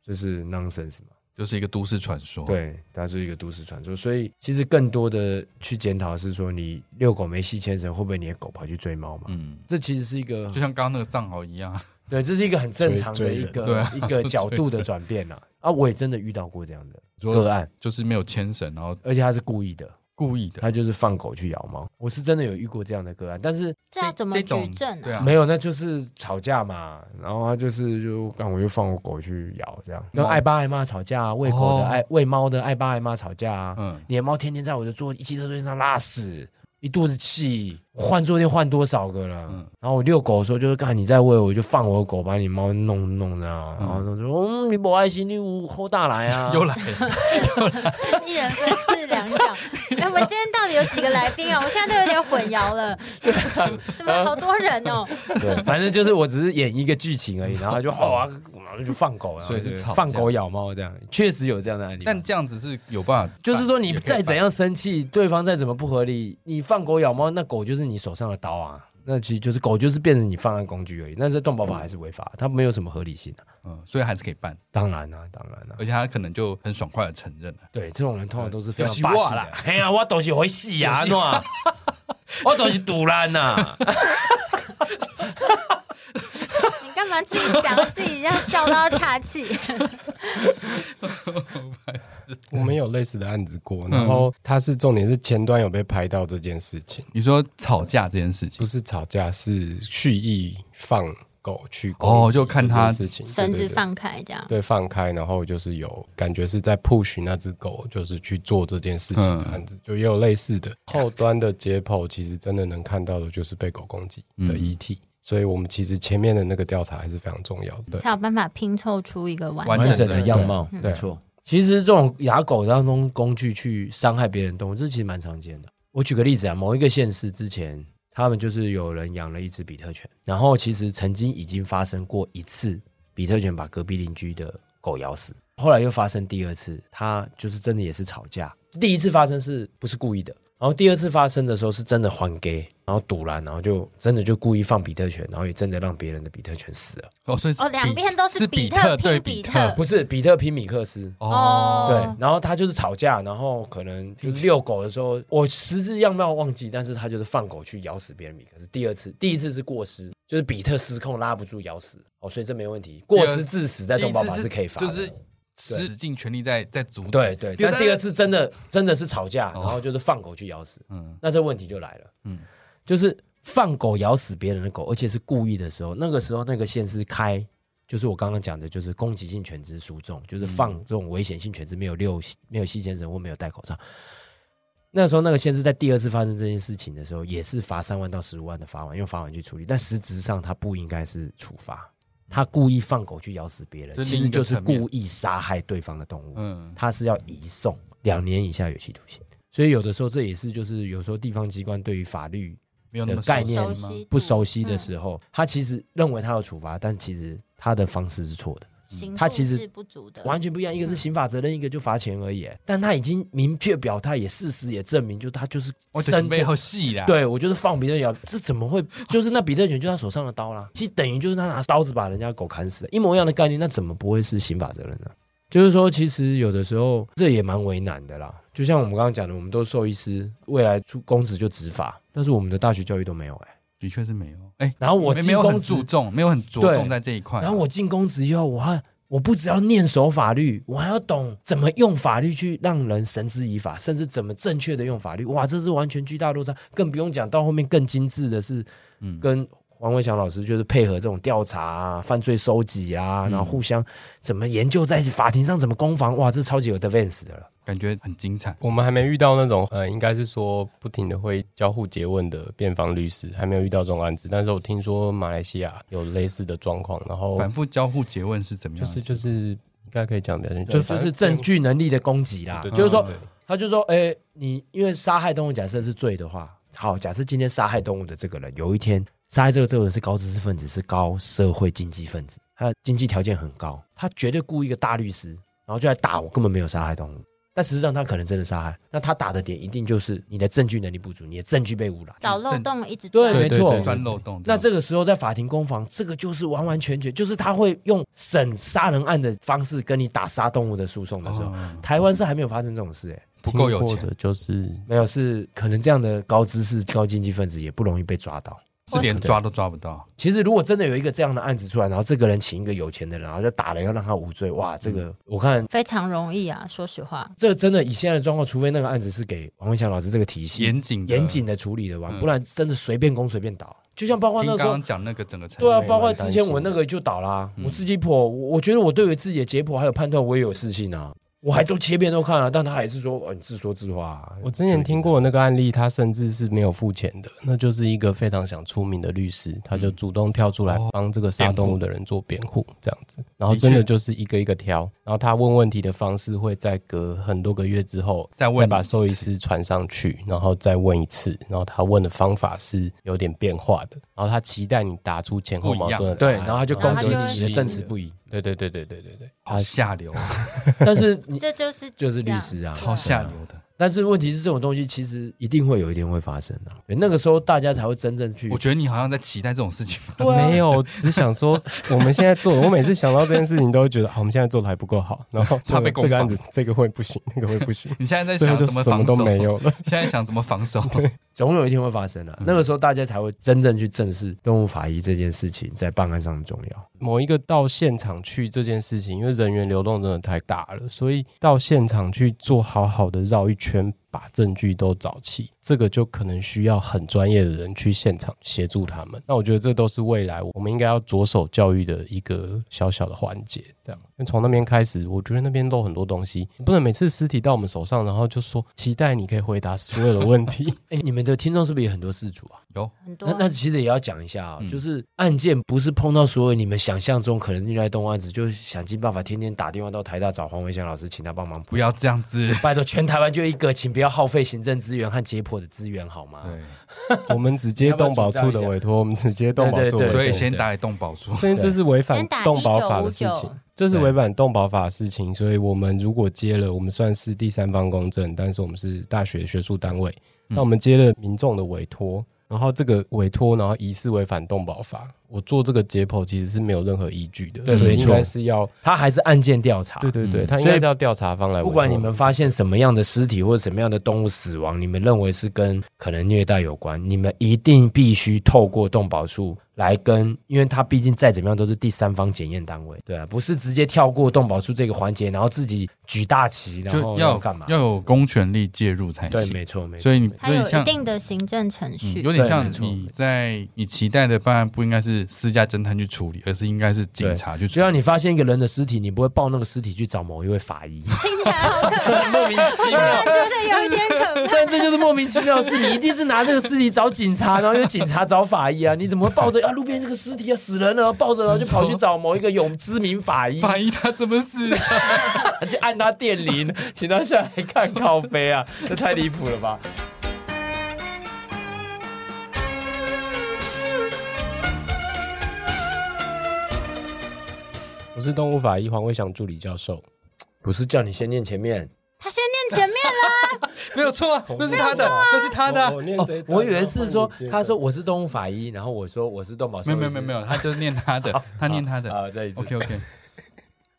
[SPEAKER 4] 这是 nonsense 嘛。
[SPEAKER 3] 就是一个都市传说。，
[SPEAKER 4] 对，它是一个都市传说，所以其实更多的去检讨是说，你遛狗没系牵绳，会不会你的狗跑去追猫嘛？
[SPEAKER 3] 嗯，
[SPEAKER 4] 这其实是一个
[SPEAKER 3] 就像刚刚那个藏獒一 样，
[SPEAKER 4] 对，这是一个很正常的
[SPEAKER 5] 追追
[SPEAKER 4] 一
[SPEAKER 5] 人
[SPEAKER 3] 对
[SPEAKER 4] 个
[SPEAKER 3] 啊
[SPEAKER 4] 一个角度的转变啦。啊，我也真的遇到过这样的个
[SPEAKER 3] 说
[SPEAKER 4] 案，
[SPEAKER 3] 就是没有牵绳，然后
[SPEAKER 4] 而且他是故意的，
[SPEAKER 3] 故意的。
[SPEAKER 4] 他就是放狗去咬猫。我是真的有遇过这样的个案，但是
[SPEAKER 1] 这啊要怎么
[SPEAKER 3] 这种
[SPEAKER 1] 举证
[SPEAKER 3] 对
[SPEAKER 1] 啊？
[SPEAKER 3] 啊
[SPEAKER 4] 没有，那就是吵架嘛。然后他就是就干，我就放我狗去咬这样，
[SPEAKER 3] 猫
[SPEAKER 4] 跟爱爸爱妈吵架啊，喂狗
[SPEAKER 3] 哦
[SPEAKER 4] 的爱喂猫的爱爸爱妈吵架啊。
[SPEAKER 3] 嗯，
[SPEAKER 4] 你的猫天天在我的座汽车座椅上拉屎，一肚子气，换坐垫换多少个了？
[SPEAKER 3] 嗯
[SPEAKER 4] 然后我遛狗的时候就是看你在喂，我就放我的狗把你猫弄弄的啊，
[SPEAKER 3] 嗯
[SPEAKER 4] 然后他说嗯你没爱心，你无后大来 啊，
[SPEAKER 3] 又来了，
[SPEAKER 1] 一人分饰两 角。哎，我们今天到底有几个来宾啊？我现在都有点混淆 了，
[SPEAKER 4] 啊
[SPEAKER 1] 怎么好多人哦？
[SPEAKER 4] 对， 反正就是我只是演一个剧情而已，然后他 就哦啊，然后就放狗，然后
[SPEAKER 3] 所以是
[SPEAKER 4] 就
[SPEAKER 3] 吵架
[SPEAKER 4] 放狗咬猫这样，确实有这样的案例，
[SPEAKER 3] 但这样子是有办法，
[SPEAKER 4] 就是说，你
[SPEAKER 3] 也可以
[SPEAKER 4] 再
[SPEAKER 3] 办
[SPEAKER 4] 怎，样生气，对方再怎么不合理，你放狗咬猫，那狗就是你手上的刀啊。那其实就是狗，就是变成你犯案工具而已。那这动保法还是违法，它没有什么合理性啊。
[SPEAKER 3] 嗯，所以还是可以办，
[SPEAKER 4] 当然啦、当然啦、
[SPEAKER 3] 而且他可能就很爽快的承认了。
[SPEAKER 4] 对，这种人通常都是非常
[SPEAKER 3] 要
[SPEAKER 4] 霸
[SPEAKER 3] 洗袜
[SPEAKER 4] 气的
[SPEAKER 3] 啦。
[SPEAKER 4] 哎呀、我都是会死啊，喏，我都是赌烂呐。
[SPEAKER 1] 你干嘛自己讲自己这样笑到要岔气？
[SPEAKER 5] 我们有类似的案子过，
[SPEAKER 3] 嗯
[SPEAKER 5] 然后它是重点是前端有被拍到这件事情，
[SPEAKER 3] 你说吵架这件事
[SPEAKER 5] 不
[SPEAKER 3] 情，
[SPEAKER 5] 是吵架，是蓄意放狗去
[SPEAKER 3] 哦
[SPEAKER 5] 攻击
[SPEAKER 3] 就看它
[SPEAKER 5] 这件事情
[SPEAKER 1] 绳
[SPEAKER 5] 对
[SPEAKER 1] 子
[SPEAKER 5] 对对
[SPEAKER 1] 放开这样。
[SPEAKER 5] 对放开，然后就是有感觉是在 push 那只狗，就是去做这件事情的
[SPEAKER 4] 嗯
[SPEAKER 5] 案子，就也有类似的后端的解剖，其实真的能看到的就是被狗攻击的
[SPEAKER 4] 嗯
[SPEAKER 5] 遗体，所以我们其实前面的那个调查还是非常重要的。
[SPEAKER 1] 才有办法拼凑出一个完
[SPEAKER 3] 完整的样
[SPEAKER 4] 貌
[SPEAKER 5] 对
[SPEAKER 4] 错。其实这种养狗当中工具去伤害别人动物，这其实蛮常见的。我举个例子啊，某一个县市之前，他们就是有人养了一只比特犬，然后其实曾经已经发生过一次比特犬把隔壁邻居的狗咬死，后来又发生第二次，他就是真的也是吵架。第一次发生是不是故意的？然后第二次发生的时候是真的还给，然后堵拦，然后就真的就故意放比特犬，然后也真的让别人的比特犬死了。
[SPEAKER 3] 哦，所以是
[SPEAKER 1] 哦，两
[SPEAKER 3] 比
[SPEAKER 1] 边都
[SPEAKER 3] 是
[SPEAKER 1] 是
[SPEAKER 3] 比
[SPEAKER 1] 比特
[SPEAKER 3] 特对
[SPEAKER 1] 拼
[SPEAKER 3] 比
[SPEAKER 1] 比
[SPEAKER 3] 特
[SPEAKER 1] 特，
[SPEAKER 4] 不是比特拼米克斯，
[SPEAKER 3] 哦，
[SPEAKER 4] 对，然后他就是吵架，然后可能
[SPEAKER 3] 嗯
[SPEAKER 4] 就是遛狗的时候，我实质样貌忘记，但是他就是放狗去咬死别人米克斯。第二次，第一次是过失，就是比特失控拉不住咬死，哦，所以这没问题，过失致死在动保法
[SPEAKER 3] 第一次
[SPEAKER 4] 是可以罚的。
[SPEAKER 3] 就是使尽全力在在阻止。
[SPEAKER 4] 对对，但第二次真的真的是吵架，
[SPEAKER 3] 哦
[SPEAKER 4] 然后就是放狗去咬死，
[SPEAKER 3] 嗯
[SPEAKER 4] 那这问题就来了，
[SPEAKER 3] 嗯
[SPEAKER 4] 嗯，就是放狗咬死别人的狗，而且是故意的时候，那个时候那个县是开，就是我刚刚讲的，就是攻击性犬只输中，就是放这种危险性犬只没有遛没有系牵绳或没有戴口罩。那时候那个县是在第二次发生这件事情的时候，也是罚三万到十五万的罚款，用罚款去处理，但实质上他不应该是处罚。他故意放狗去咬死别人，
[SPEAKER 3] 这是
[SPEAKER 4] 其
[SPEAKER 3] 另一
[SPEAKER 4] 实
[SPEAKER 3] 个
[SPEAKER 4] 就是
[SPEAKER 3] 层面
[SPEAKER 4] 故意杀害对方的动物。
[SPEAKER 3] 嗯，
[SPEAKER 4] 他是要移送两年以下有期徒刑。所以有的时候这也是就是有时候地方机关对于法律
[SPEAKER 3] 没有那么
[SPEAKER 4] 的概念
[SPEAKER 3] 熟
[SPEAKER 1] 熟
[SPEAKER 3] 悉吗
[SPEAKER 1] 悉
[SPEAKER 4] 不
[SPEAKER 1] 度嗯
[SPEAKER 4] 熟悉的时候，他其实认为他有处罚，但其实他的方式是错的，
[SPEAKER 1] 刑
[SPEAKER 4] 他
[SPEAKER 1] 度
[SPEAKER 4] 嗯其实
[SPEAKER 1] 是不足的，
[SPEAKER 4] 完全不一样。一个是刑法责任，一个就罚钱而已。但他已经明确表态，也事实也证明，就他就是
[SPEAKER 3] 我哦只是
[SPEAKER 4] 深
[SPEAKER 3] 没有戏啦。，
[SPEAKER 4] 对我就是放比特犬，这怎么会？就是那比特犬就他手上的刀啦，其实等于就是他拿刀子把人家狗砍死，一模一样的概念，那怎么不会是刑法责任呢？就是说，其实有的时候这也蛮为难的啦。就像我们刚刚讲的，我们都兽医师，未来出公职就执法，但是我们的大学教育都没有哎、
[SPEAKER 3] 的确是没有。哎，
[SPEAKER 4] 然后哦我
[SPEAKER 3] 没没
[SPEAKER 4] 进
[SPEAKER 3] 有很
[SPEAKER 4] 公职
[SPEAKER 3] 注，重，没有很着
[SPEAKER 4] 对
[SPEAKER 3] 重在这一块。啊
[SPEAKER 4] 然后我进公职以后，我还我不只要念熟法律，我还要懂怎么用法律去让人绳之以法，甚至怎么正确的用法律。哇，这是完全巨大落差，更不用讲到后面更精致的是，
[SPEAKER 3] 嗯
[SPEAKER 4] 跟黄伟翔老师就是配合这种调查啊、犯罪收集啊，
[SPEAKER 3] 嗯
[SPEAKER 4] 然后互相怎么研究在法庭上怎么攻防，哇，这超级有 defense 的了。
[SPEAKER 3] 感觉很精彩。
[SPEAKER 5] 我们还没遇到那种，呃，应该是说不停的会交互诘问的辩方律师，还没有遇到这种案子。但是我听说马来西亚有类似的状况，然
[SPEAKER 4] 哦
[SPEAKER 5] 后
[SPEAKER 3] 反复交互诘问是怎么
[SPEAKER 5] 就
[SPEAKER 3] 样的？
[SPEAKER 5] 是就是应该可以讲表现，
[SPEAKER 4] 就就是证据能力的攻击啦，
[SPEAKER 5] 对对嗯
[SPEAKER 4] 就是说
[SPEAKER 5] 对
[SPEAKER 4] 他就说，哎，你因为杀害动物假设是罪的话，好，假设今天杀害动物的这个人，有一天杀害这个这个人是高知识分子，是高社会经济分子，他的经济条件很高，他绝对雇一个大律师，然后就来打我，根本没有杀害动物。但实际上，他可能真的杀害。那他打的点一定就是你的证据能力不足，你的证据被污染。
[SPEAKER 1] 找漏
[SPEAKER 3] 正
[SPEAKER 1] 洞一直
[SPEAKER 4] 对
[SPEAKER 1] 钻
[SPEAKER 4] 没错
[SPEAKER 3] 钻漏洞。
[SPEAKER 4] 那这个时候在法庭攻防，这个就是完完全全就是他会用审杀人案的方式跟你打杀动物的诉讼的时候，
[SPEAKER 3] 哦
[SPEAKER 4] 台湾是还没有发生这种事、欸，
[SPEAKER 3] 不够有
[SPEAKER 5] 听过
[SPEAKER 3] 钱
[SPEAKER 5] 的就是
[SPEAKER 4] 没有，是可能这样的高知识、高经济分子也不容易被抓到。
[SPEAKER 3] 是连抓都抓不到。
[SPEAKER 4] 其实，如果真的有一个这样的案子出来，然后这个人请一个有钱的人，然后就打了，要让他无罪，哇，这个我看
[SPEAKER 1] 非常容易啊，说实话，
[SPEAKER 4] 这真的以现在的状况，除非那个案子是给王文祥老师这个体系
[SPEAKER 3] 严谨的
[SPEAKER 4] 严谨的处理的完，
[SPEAKER 3] 嗯
[SPEAKER 4] 不然真的随便攻随便倒。就像包括
[SPEAKER 3] 听
[SPEAKER 4] 那时
[SPEAKER 3] 刚
[SPEAKER 4] 候
[SPEAKER 3] 刚，讲那个整个程
[SPEAKER 4] 对啊，
[SPEAKER 5] 也
[SPEAKER 4] 包括
[SPEAKER 5] 蛮担
[SPEAKER 4] 之前
[SPEAKER 5] 心
[SPEAKER 4] 我
[SPEAKER 5] 的
[SPEAKER 4] 那个就倒啦，
[SPEAKER 3] 嗯
[SPEAKER 4] 我自己剖，我我觉得我对于自己的解剖还有判断，我也有自信啊，我还都切片都看了，但他还是说，哦，你自说自话啊。
[SPEAKER 5] 我之前听过那个案例，他甚至是没有付钱的，那就是一个非常想出名的律师，他就主动跳出来
[SPEAKER 3] 哦
[SPEAKER 5] 帮这个杀动物的人做嗯辩护，这样子。然后真的就是一个一个挑，然后他问问题的方式会在隔很多个月之后
[SPEAKER 3] 再问
[SPEAKER 5] 再把
[SPEAKER 3] 一次
[SPEAKER 5] 兽医师传上去，然后再问一次，然后他问的方法是有点变化的，然后他期待你答出前后矛盾的答
[SPEAKER 4] 对，
[SPEAKER 5] 案，
[SPEAKER 4] 然后他就
[SPEAKER 1] 然
[SPEAKER 4] 攻
[SPEAKER 1] 后
[SPEAKER 4] 击
[SPEAKER 1] 他就
[SPEAKER 4] 你的证词不一，
[SPEAKER 5] 对对对对对对对，
[SPEAKER 3] 好下流，啊
[SPEAKER 4] 但是你
[SPEAKER 1] 这就是
[SPEAKER 4] 就是
[SPEAKER 1] 这样
[SPEAKER 4] 律师啊
[SPEAKER 3] 超下流的。
[SPEAKER 4] 但是问题是，这种东西其实一定会有一天会发生的、对那个时候大家才会真正去
[SPEAKER 3] 我。觉得你好像在期待这种事情发生。
[SPEAKER 5] 没有，只想说我们现在做的，我每次想到这件事情，都会觉得，啊，我们现在做的还不够好，然后
[SPEAKER 3] 怕被
[SPEAKER 5] 这个这个
[SPEAKER 3] 攻
[SPEAKER 5] 案子，这个会不行，那个会不
[SPEAKER 3] ，
[SPEAKER 5] 行
[SPEAKER 3] 你 现在在
[SPEAKER 5] 最后
[SPEAKER 3] 想
[SPEAKER 5] 就
[SPEAKER 3] 怎么
[SPEAKER 5] 什
[SPEAKER 3] 防
[SPEAKER 5] 么
[SPEAKER 3] 守？
[SPEAKER 5] 都没。有了。
[SPEAKER 3] 现在想怎么防 守？
[SPEAKER 4] 总有一天会发生的、啊那个时候大家才会真正去正视动物法医这件事情在办案上的重要。
[SPEAKER 5] 某一个到现场去这件事情，因为人员流动真的太大了，所以到现场去做好好的绕一圈，把证据都找齐，这个就可能需要很专业的人去现场协助他们。那我觉得这都是未来我们应该要着手教育的一个小小的环节，这样。那从那边开始，我觉得那边漏很多东西，不能每次尸体到我们手上，然后就说期待你可以回答所有的问题。
[SPEAKER 4] 哎，你们的听众是不是也很多事主啊？
[SPEAKER 3] 有
[SPEAKER 1] 很多
[SPEAKER 4] 那那其实也要讲一下啊、
[SPEAKER 3] 嗯
[SPEAKER 4] 就是案件不是碰到所有你们想象中可能虐待动物案子，就想尽办法天天打电话到台大找黄维祥老师，请他帮忙。
[SPEAKER 3] 不要这样 子。
[SPEAKER 4] 拜托，全台湾就一个，请不要耗费行政资源和解剖的资源好吗？
[SPEAKER 3] 对，
[SPEAKER 5] 我们直接动保处的委托，我们直接动保处的委
[SPEAKER 4] 对
[SPEAKER 5] 托，
[SPEAKER 3] 所以先打给动保处。
[SPEAKER 5] 所以这是违反
[SPEAKER 1] 先打
[SPEAKER 5] 动保法的事
[SPEAKER 1] 1959
[SPEAKER 5] 情，这是违反动保法的事情。所以我们如果接了，我们算是第三方公证，但是我们是大学学术单位，那我们接了民众的委托，然后这个委托然后疑似违反动保法，我做这个解剖其实是没有任何依据的，
[SPEAKER 4] 对
[SPEAKER 5] 所以
[SPEAKER 4] 没
[SPEAKER 5] 应
[SPEAKER 4] 错
[SPEAKER 5] 该是要
[SPEAKER 4] 他还是案件调查。
[SPEAKER 5] 对对对，
[SPEAKER 3] 嗯
[SPEAKER 5] 他应
[SPEAKER 4] 所
[SPEAKER 5] 该
[SPEAKER 4] 以
[SPEAKER 5] 是要调查方来委托。
[SPEAKER 4] 不管你们发现什么样的尸体或者什么样的动物死亡，你们认为是跟可能虐待有关，你们一定必须透过动保处来跟，因为它毕竟再怎么样都是第三方检验单位，对啊，不是直接跳过动保处这个环节，然后自己举大旗，然
[SPEAKER 3] 就
[SPEAKER 4] 后
[SPEAKER 3] 要
[SPEAKER 4] 干嘛？
[SPEAKER 3] 要有公权力介入才
[SPEAKER 4] 对，
[SPEAKER 3] 行。
[SPEAKER 4] 没错，没错。
[SPEAKER 3] 所以你有
[SPEAKER 1] 还有
[SPEAKER 3] 点
[SPEAKER 1] 一
[SPEAKER 3] 像，
[SPEAKER 1] 定的行政程序，
[SPEAKER 3] 嗯有点
[SPEAKER 4] 对
[SPEAKER 3] 像
[SPEAKER 4] 没错
[SPEAKER 3] 你在你期待的办案不应该是私家侦探去处理，而是应该是警
[SPEAKER 4] 对
[SPEAKER 3] 察去处
[SPEAKER 4] 就像
[SPEAKER 3] 理。
[SPEAKER 4] 你发现一个人的尸体，你不会抱那个尸体去找某一位法医，
[SPEAKER 1] 听起来好可怕，
[SPEAKER 4] 莫名其
[SPEAKER 1] 突然。觉得有一点可怕。
[SPEAKER 4] 但这就是莫名其妙的事，你一定是拿这个尸体找警察，然后又警察找法医啊？你怎么会抱着啊路边这个尸体啊死人了，抱着然后就跑去找某一个有知名法医，
[SPEAKER 3] 法医他怎么死？
[SPEAKER 4] 就按他电铃，请他下来看靠背啊，这太离谱了吧？
[SPEAKER 5] 我是动物法医黄卫翔助理教授。
[SPEAKER 4] 不是叫你先念前面，
[SPEAKER 1] 他先念前面 啦，
[SPEAKER 3] 没有错啊，那是他 的，那是他的啊。
[SPEAKER 5] 我念这一段
[SPEAKER 4] 哦我以为是说
[SPEAKER 5] 然后换你接着
[SPEAKER 4] 他说我是动物法医，然后我说我是动保兽
[SPEAKER 3] 没
[SPEAKER 4] 医
[SPEAKER 3] 有
[SPEAKER 4] 师，
[SPEAKER 3] 没有没有没有，他就是念他的，他念他的。
[SPEAKER 4] 啊，再一次
[SPEAKER 3] OK OK，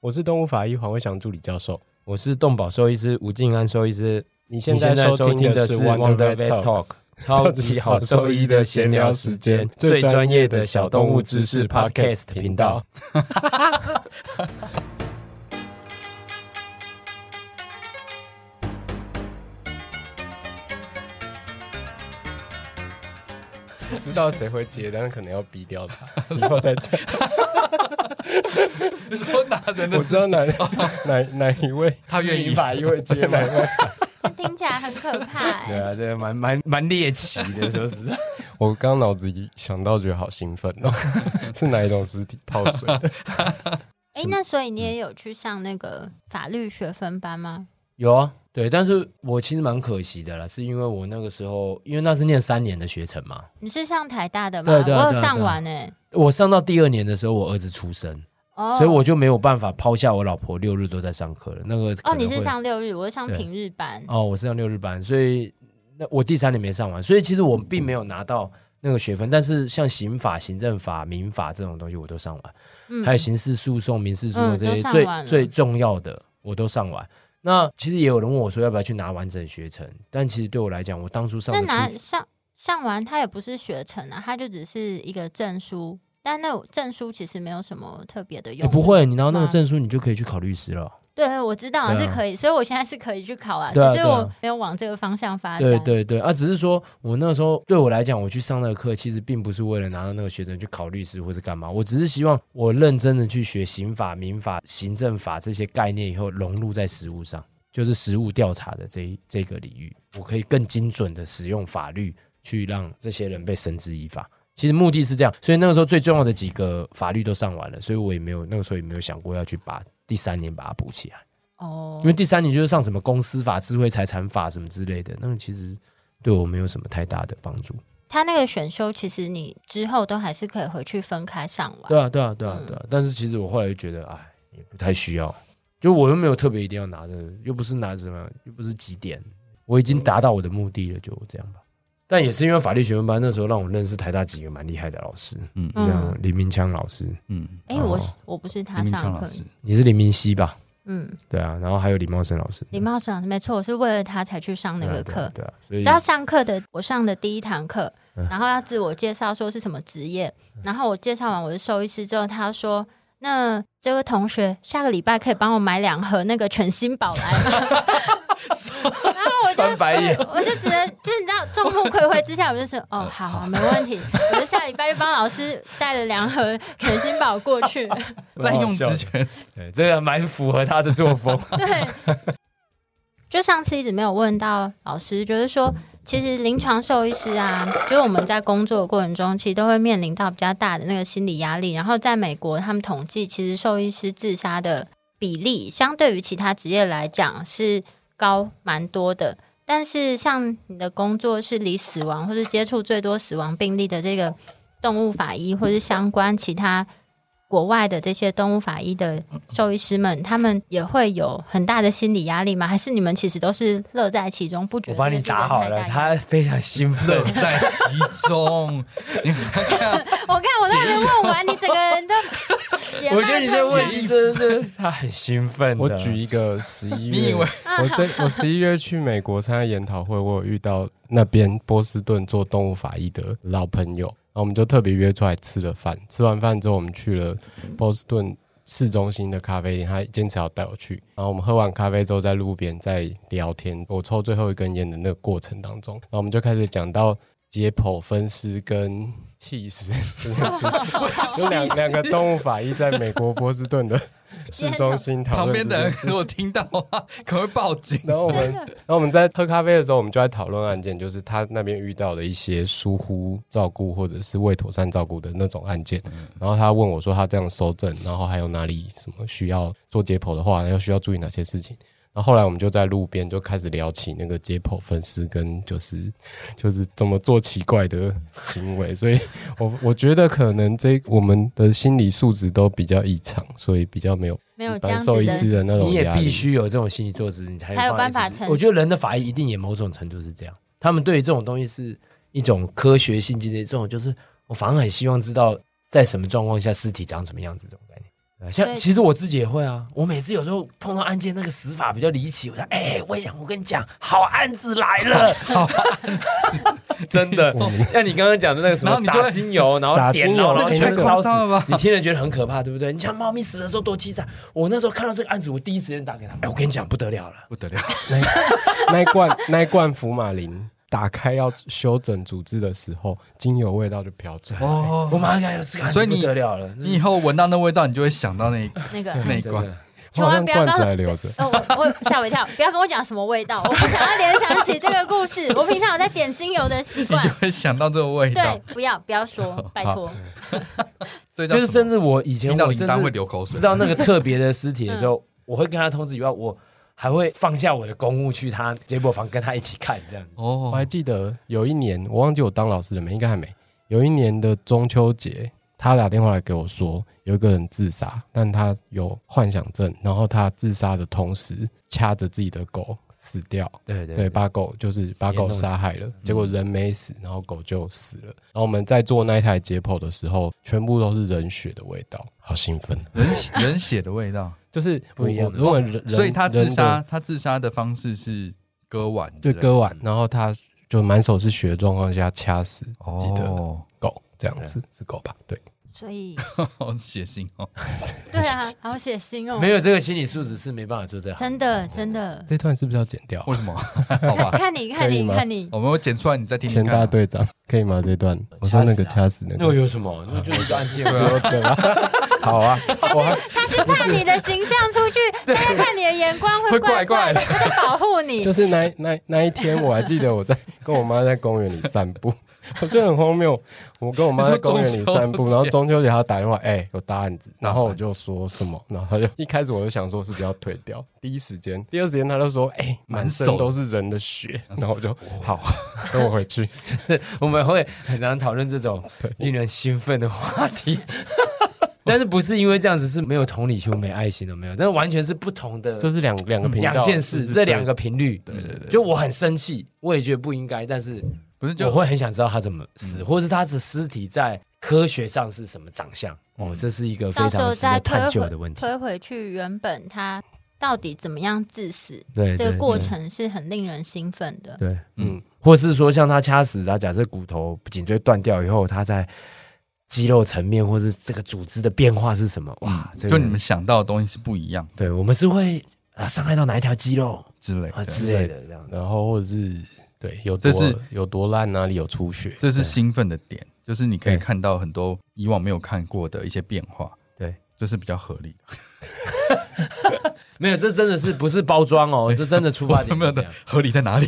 [SPEAKER 5] 我是动物法医黄卫翔助理教授。
[SPEAKER 4] 我是动保兽医师吴静安兽医师，
[SPEAKER 5] 你现
[SPEAKER 4] 你现在收
[SPEAKER 5] 收
[SPEAKER 4] 听
[SPEAKER 5] 的
[SPEAKER 4] 的是
[SPEAKER 5] Wonder
[SPEAKER 4] Wonder
[SPEAKER 5] Vet
[SPEAKER 4] Vet
[SPEAKER 5] Talk，
[SPEAKER 4] Talk。超级好兽医的闲聊时间， 最专业的小动物知识 Podcast 频道。
[SPEAKER 5] 知道谁会接，但是可能要逼掉他， 以后再讲。
[SPEAKER 3] 你说哪人
[SPEAKER 5] 我知 道哪哪哪一位
[SPEAKER 3] 他愿意
[SPEAKER 5] 法医会接哪一位。
[SPEAKER 1] 听起来很可怕、
[SPEAKER 4] 对
[SPEAKER 1] 欸。
[SPEAKER 4] 啊，这个蛮蛮蛮猎奇的，说实在。
[SPEAKER 5] 我刚脑子一想到，觉得好兴奋哦！ 是哪一种尸体泡水的？
[SPEAKER 1] 哎、那所以你也有去上那个法律学分班吗？
[SPEAKER 4] 有啊，对，但是我其实蛮可惜的啦，是因为我那个时候，因为那是念三年的学程嘛，
[SPEAKER 1] 你是上台大的吗？
[SPEAKER 4] 对对啊
[SPEAKER 1] 我
[SPEAKER 4] 对
[SPEAKER 1] 有
[SPEAKER 4] 啊
[SPEAKER 1] 上
[SPEAKER 4] 对啊
[SPEAKER 1] 完哎、
[SPEAKER 4] 我上到第二年的时候，我儿子出生，
[SPEAKER 1] 哦，
[SPEAKER 4] 所以我就没有办法抛下我老婆，六日都在上课了。那个可
[SPEAKER 1] 哦，
[SPEAKER 4] 能
[SPEAKER 1] 你是
[SPEAKER 4] 会
[SPEAKER 1] 上六日，我是上
[SPEAKER 4] 对
[SPEAKER 1] 平日班。
[SPEAKER 4] 哦，我是上六日班，所以那我第三年没上完，所以其实我并没有拿到那个学分。但是像刑法、行政法、民法这种东西我都上完，
[SPEAKER 1] 嗯
[SPEAKER 4] 还有刑事诉讼、民事诉
[SPEAKER 1] 嗯
[SPEAKER 4] 讼这
[SPEAKER 1] 都
[SPEAKER 4] 些
[SPEAKER 1] 上
[SPEAKER 4] 最、
[SPEAKER 1] 完了
[SPEAKER 4] 最重要的我都上完。那其实也有人问我说要不要去拿完整学程，但其实对我来讲，我当初上
[SPEAKER 1] 那
[SPEAKER 4] 的
[SPEAKER 1] 拿
[SPEAKER 4] 初
[SPEAKER 1] 上上完，它也不是学成啊，它就只是一个证书。但那证书其实没有什么特别的
[SPEAKER 4] 也
[SPEAKER 1] 用、
[SPEAKER 4] 不。会，你拿到那个
[SPEAKER 1] 吗
[SPEAKER 4] 证书，你就可以去考律师了。
[SPEAKER 1] 对，我知道啊
[SPEAKER 4] 对
[SPEAKER 1] 是
[SPEAKER 4] 啊
[SPEAKER 1] 可以，所以我现在是可以去考啊，
[SPEAKER 4] 对啊
[SPEAKER 1] 只是
[SPEAKER 4] 对啊
[SPEAKER 1] 我没有往这个方向发展。
[SPEAKER 4] 对对对，啊，只是说我那时候对我来讲，我去上那个课，其实并不是为了拿到那个学生去考律师或是干嘛，我只是希望我认真的去学刑法、民法、行政法这些概念，以后融入在实务上，就是实务调查的这一这个领域，我可以更精准的使用法律去让这些人被绳之以法。其实目的是这样，所以那个时候最重要的几个法律都上完了，所以我也没有那个时候也没有想过要去把第三年把它补起来。
[SPEAKER 1] 哦
[SPEAKER 4] 因，为第三年就是上什么公司法、智慧财产法什么之类的，那个其实对我没有什么太大的帮助。
[SPEAKER 1] 它那个选修其实你之后都还是可以回去分开上完。
[SPEAKER 4] 对啊，对啊，对啊，对
[SPEAKER 1] 嗯
[SPEAKER 4] 啊。但是其实我后来就觉得，哎，也不太需要，就我又没有特别一定要拿的，又不是拿什么，又不是几点，我已经达到我的目的了，就这样吧。但也是因为法律学院班那时候让我认识台大几个蛮厉害的老师，
[SPEAKER 3] 嗯
[SPEAKER 4] 像林明强老师，
[SPEAKER 3] 嗯，
[SPEAKER 1] 哎、
[SPEAKER 4] 哦
[SPEAKER 1] 我是我不是他
[SPEAKER 3] 林明昌
[SPEAKER 1] 上
[SPEAKER 3] 老
[SPEAKER 1] 课，
[SPEAKER 3] 师，
[SPEAKER 4] 你是林明熙吧？
[SPEAKER 1] 嗯，
[SPEAKER 4] 对啊，然后还有李茂生老师，
[SPEAKER 3] 嗯
[SPEAKER 1] 李茂生老师没错，我是为了他才去上那
[SPEAKER 4] 对啊
[SPEAKER 1] 个
[SPEAKER 4] 对
[SPEAKER 1] 课。
[SPEAKER 4] 啊对啊，所以
[SPEAKER 1] 只要上课的，我上的第一堂课，
[SPEAKER 4] 嗯
[SPEAKER 1] 然后要自我介绍说是什么职业，然后我介绍完我是兽医师之后，他说：“那这位同学下个礼拜可以帮我买两盒那个全新宝来吗？” 然后我就
[SPEAKER 4] 翻白眼
[SPEAKER 1] 我就只能就是你知道众目睽睽之下，我就是哦好好没问题，我就下礼拜就帮老师带了两盒全新宝过去。
[SPEAKER 3] 滥用职权，
[SPEAKER 4] 对这个蛮符合他的作风。
[SPEAKER 1] 对，就上次一直没有问到老师，就是说，其实临床兽医师啊，就是我们在工作的过程中，其实都会面临到比较大的那个心理压力。然后在美国，他们统计，其实兽医师自杀的比例，相对于其他职业来讲是高蛮多的。但是，像你的工作是离死亡或是接触最多死亡病例的这个动物法医，或是相关其他国外的这些动物法医的兽医师们，他们也会有很大的心理压力吗？还是你们其实都是乐在其中，不觉
[SPEAKER 4] 我
[SPEAKER 1] 得？
[SPEAKER 4] 帮你打好了，他非常兴奋
[SPEAKER 3] 乐。在其中。你看看，
[SPEAKER 1] 我看我都还没问完，你整个人都血脉
[SPEAKER 4] 我觉得你这
[SPEAKER 1] 喷
[SPEAKER 4] 个问 题真的是他很兴奋的。
[SPEAKER 5] 我举一个十一
[SPEAKER 3] 你以
[SPEAKER 5] 月，
[SPEAKER 3] 为
[SPEAKER 5] 我这我十一月去美国参加研讨会，我有遇到那边波士顿做动物法医的老朋友，然后我们就特别约出来吃了饭。吃完饭之后，我们去了波士顿市中心的咖啡店，他坚持要带我去。然后我们喝完咖啡之后，在路边在聊天，我抽最后一根烟的那个过程当中，然后我们就开始讲到解剖分尸跟气 尸这件事情，有两两个动物法医在美国波士顿的市中心讨
[SPEAKER 3] 旁
[SPEAKER 5] 论
[SPEAKER 3] 边
[SPEAKER 5] 这
[SPEAKER 3] 的
[SPEAKER 5] 件
[SPEAKER 3] 人
[SPEAKER 5] 事
[SPEAKER 3] 如果听到的话，可能会报警。
[SPEAKER 5] 然后我们，
[SPEAKER 1] 真的
[SPEAKER 5] 然后我们在喝咖啡的时候，我们就在讨论案件，就是他那边遇到的一些疏忽照顾或者是未妥善照顾的那种案件。然后他问我说，他这样收证，然后还有哪里什么需要做解剖的话，要需要注意哪些事情。然后后来我们就在路边就开始聊起那个解剖分尸跟就是就是怎么做奇怪的行为，所以我我觉得可能这我们的心理素质都比较异常，所以比较没有
[SPEAKER 1] 没有
[SPEAKER 5] 一
[SPEAKER 1] 这
[SPEAKER 5] 般
[SPEAKER 1] 样子
[SPEAKER 5] 兽医师
[SPEAKER 1] 的，
[SPEAKER 5] 的那种
[SPEAKER 4] 你也
[SPEAKER 5] 压力
[SPEAKER 4] 必须有这种心理素质，你才
[SPEAKER 1] 才有办法
[SPEAKER 4] 一直
[SPEAKER 1] 成
[SPEAKER 4] 我觉得人的法医一定也某种程度是这样，他们对于这种东西是一种科学性之类，这种就是我反而很希望知道在什么状况下尸体长什么样子这种概念。呃像
[SPEAKER 1] 对
[SPEAKER 4] 其实我自己也会啊，我每次有时候碰到案件那个死法比较离奇，我说哎、我也想我跟你讲，好案子来 了，好真的， 像你刚刚讲的那个什
[SPEAKER 3] 然
[SPEAKER 4] 么
[SPEAKER 3] 后你就
[SPEAKER 4] 撒
[SPEAKER 3] 会
[SPEAKER 4] 精油，然
[SPEAKER 5] 撒
[SPEAKER 4] 后点
[SPEAKER 5] 精油
[SPEAKER 4] 到，然
[SPEAKER 5] 那
[SPEAKER 4] 后
[SPEAKER 5] 个
[SPEAKER 4] 全
[SPEAKER 5] 太
[SPEAKER 4] 部
[SPEAKER 3] 夸
[SPEAKER 4] 烧死
[SPEAKER 3] 张了吧
[SPEAKER 4] 你听了觉得很可怕，对不对？你像猫咪死的时候多凄惨，我那时候看到这个案子，我第一时间打给他，哎，我跟你讲不得了了，
[SPEAKER 3] 不得 了，
[SPEAKER 5] 那一罐那一罐福马林打开要修整组织的时候，精油味道就飘出来。
[SPEAKER 4] 我马上讲这个案
[SPEAKER 3] 所
[SPEAKER 4] 子
[SPEAKER 3] 以
[SPEAKER 4] 不
[SPEAKER 3] 你
[SPEAKER 4] 得了了，
[SPEAKER 3] 哦你以后闻到那味道，你就会想到那
[SPEAKER 1] 那个
[SPEAKER 3] 那一
[SPEAKER 4] 真
[SPEAKER 3] 罐。
[SPEAKER 4] 的
[SPEAKER 5] 我
[SPEAKER 1] 千
[SPEAKER 5] 好
[SPEAKER 1] 万
[SPEAKER 5] 像
[SPEAKER 1] 不要
[SPEAKER 5] 罐
[SPEAKER 1] 告
[SPEAKER 5] 子
[SPEAKER 1] 诉
[SPEAKER 5] 还留 着。
[SPEAKER 1] 哦，我我吓我一跳，不要跟我讲什么味道，我不想要联想起这个故事。我平常有在点精油的习
[SPEAKER 3] 你就
[SPEAKER 1] 惯，
[SPEAKER 3] 会想到这个味
[SPEAKER 1] 对
[SPEAKER 3] 道，，
[SPEAKER 1] 不要不要说，拜托。
[SPEAKER 3] 这叫
[SPEAKER 4] 就是
[SPEAKER 3] 什
[SPEAKER 4] 甚
[SPEAKER 3] 么
[SPEAKER 4] 至我以前
[SPEAKER 3] 听到
[SPEAKER 4] 我
[SPEAKER 3] 铃
[SPEAKER 4] 甚
[SPEAKER 3] 铛会
[SPEAKER 4] 至
[SPEAKER 3] 流口水
[SPEAKER 4] 知。道那个特别的尸体的时候，我会跟他通知以外，我还会放下我的公务去他解剖房跟他一起看这样。
[SPEAKER 5] 我
[SPEAKER 3] 哦
[SPEAKER 5] 还，记得有一年，我忘记我当老师了没，应该还没。有一年的中秋节，他打电话来给我说，有一个人自杀，但他有幻想症，然后他自杀的同时掐着自己的狗死掉。
[SPEAKER 4] 对对
[SPEAKER 5] 对，把狗就是把狗杀害
[SPEAKER 1] 嗯
[SPEAKER 5] 了，结果人没死，然后狗就死了。然后我们在做那一台解剖的时候，全部都是人血的味道，好兴奋！
[SPEAKER 3] 人血人血的味道。
[SPEAKER 5] 就是
[SPEAKER 4] 不一样
[SPEAKER 5] 我
[SPEAKER 4] 的
[SPEAKER 5] 如果人，
[SPEAKER 3] 所以他自杀
[SPEAKER 5] 人，
[SPEAKER 3] 他自杀的方式是割腕，
[SPEAKER 5] 的对
[SPEAKER 3] 不
[SPEAKER 5] 割腕，然后他就满手是血的状况下掐死自己的
[SPEAKER 3] 哦，
[SPEAKER 5] 狗，这样子是狗吧？对，
[SPEAKER 1] 所以，
[SPEAKER 3] 好血腥哦。
[SPEAKER 1] 对啊，好血腥哦，
[SPEAKER 4] 没有这个心理素质是没办法做这行。
[SPEAKER 1] 真的真的。
[SPEAKER 5] 这段是不是要剪掉？
[SPEAKER 3] 为什么？ 好
[SPEAKER 1] 看
[SPEAKER 3] 吧，
[SPEAKER 1] 看你看
[SPEAKER 5] 可以
[SPEAKER 1] 你
[SPEAKER 5] 吗
[SPEAKER 1] 看你，
[SPEAKER 3] 我们会剪出来，你再听听
[SPEAKER 5] 前
[SPEAKER 3] 看
[SPEAKER 5] 大
[SPEAKER 3] 啊。
[SPEAKER 5] 队长可以吗？这段我说那个掐死那
[SPEAKER 4] 那
[SPEAKER 5] 个，
[SPEAKER 4] 有什么？那就是一个案 件。
[SPEAKER 5] 对吧？好啊，我还
[SPEAKER 1] 他是怕你的形象出去，大家看你的眼光会
[SPEAKER 3] 会
[SPEAKER 1] 怪怪
[SPEAKER 3] 怪怪
[SPEAKER 1] 的，
[SPEAKER 3] 的
[SPEAKER 1] 他在保护你
[SPEAKER 5] 就。是那那那一天，我还记得我在跟我妈在公园里散步，我觉得很荒谬。我跟我妈在公园里散步，
[SPEAKER 3] 你说中秋节
[SPEAKER 5] 然后中秋节她打电话，哎、有大案子，然后我就说什么，然后她就一开始我就想说是不是要退掉，第一时间，第二时间她就说，哎、满身
[SPEAKER 3] 满手
[SPEAKER 5] 都是人的血，然后我就好，跟我回去。
[SPEAKER 4] 我们会很常讨论这种令人兴奋的话题。 但是不是因为这样子是没有同理心、没爱心的没有，但是完全是不同的，
[SPEAKER 5] 这是两两个频道，
[SPEAKER 4] 两件事，这两
[SPEAKER 5] 个
[SPEAKER 4] 个频率。对对对，就我很生气，我也觉得不应该，但是
[SPEAKER 3] 不是就
[SPEAKER 4] 我会很想知道他怎么死，或者是他的尸体在科学上是什么长相。哦，这是一个非
[SPEAKER 1] 到时候
[SPEAKER 4] 常值
[SPEAKER 1] 再
[SPEAKER 4] 得
[SPEAKER 1] 推
[SPEAKER 4] 探究
[SPEAKER 1] 回
[SPEAKER 4] 的问题。
[SPEAKER 1] 推回去，原本他到底怎么样致死，
[SPEAKER 4] 对，
[SPEAKER 1] 这个
[SPEAKER 4] 对
[SPEAKER 1] 过
[SPEAKER 4] 对
[SPEAKER 1] 程是很令人兴奋的。
[SPEAKER 4] 对，
[SPEAKER 5] 嗯
[SPEAKER 4] 嗯，或是说像他掐死，他假设骨头颈椎断掉以后，他在肌肉层面或是这个组织的变化是什么？哇
[SPEAKER 3] 哇，，
[SPEAKER 4] 这
[SPEAKER 3] 嗯就
[SPEAKER 4] 个
[SPEAKER 3] 你们想到的东西是不一样
[SPEAKER 4] 对我们是会啊伤害到哪一条肌肉
[SPEAKER 3] 之类
[SPEAKER 4] 啊
[SPEAKER 3] 的。
[SPEAKER 4] 之类的这样的。
[SPEAKER 5] 然后或者是对有
[SPEAKER 3] 这
[SPEAKER 5] 多
[SPEAKER 3] 是
[SPEAKER 5] 有多烂，哪里有出血，
[SPEAKER 3] 这是兴奋的点，就是你可以
[SPEAKER 4] 对
[SPEAKER 3] 看到很多以往没有看过的一些变化。
[SPEAKER 4] 对，
[SPEAKER 3] 这是比较合理的，
[SPEAKER 4] 没有，这真的是不是包装哦，这真的出发 点
[SPEAKER 3] 没有
[SPEAKER 4] 是这
[SPEAKER 3] 的
[SPEAKER 4] 样。
[SPEAKER 3] 合理在 哪里？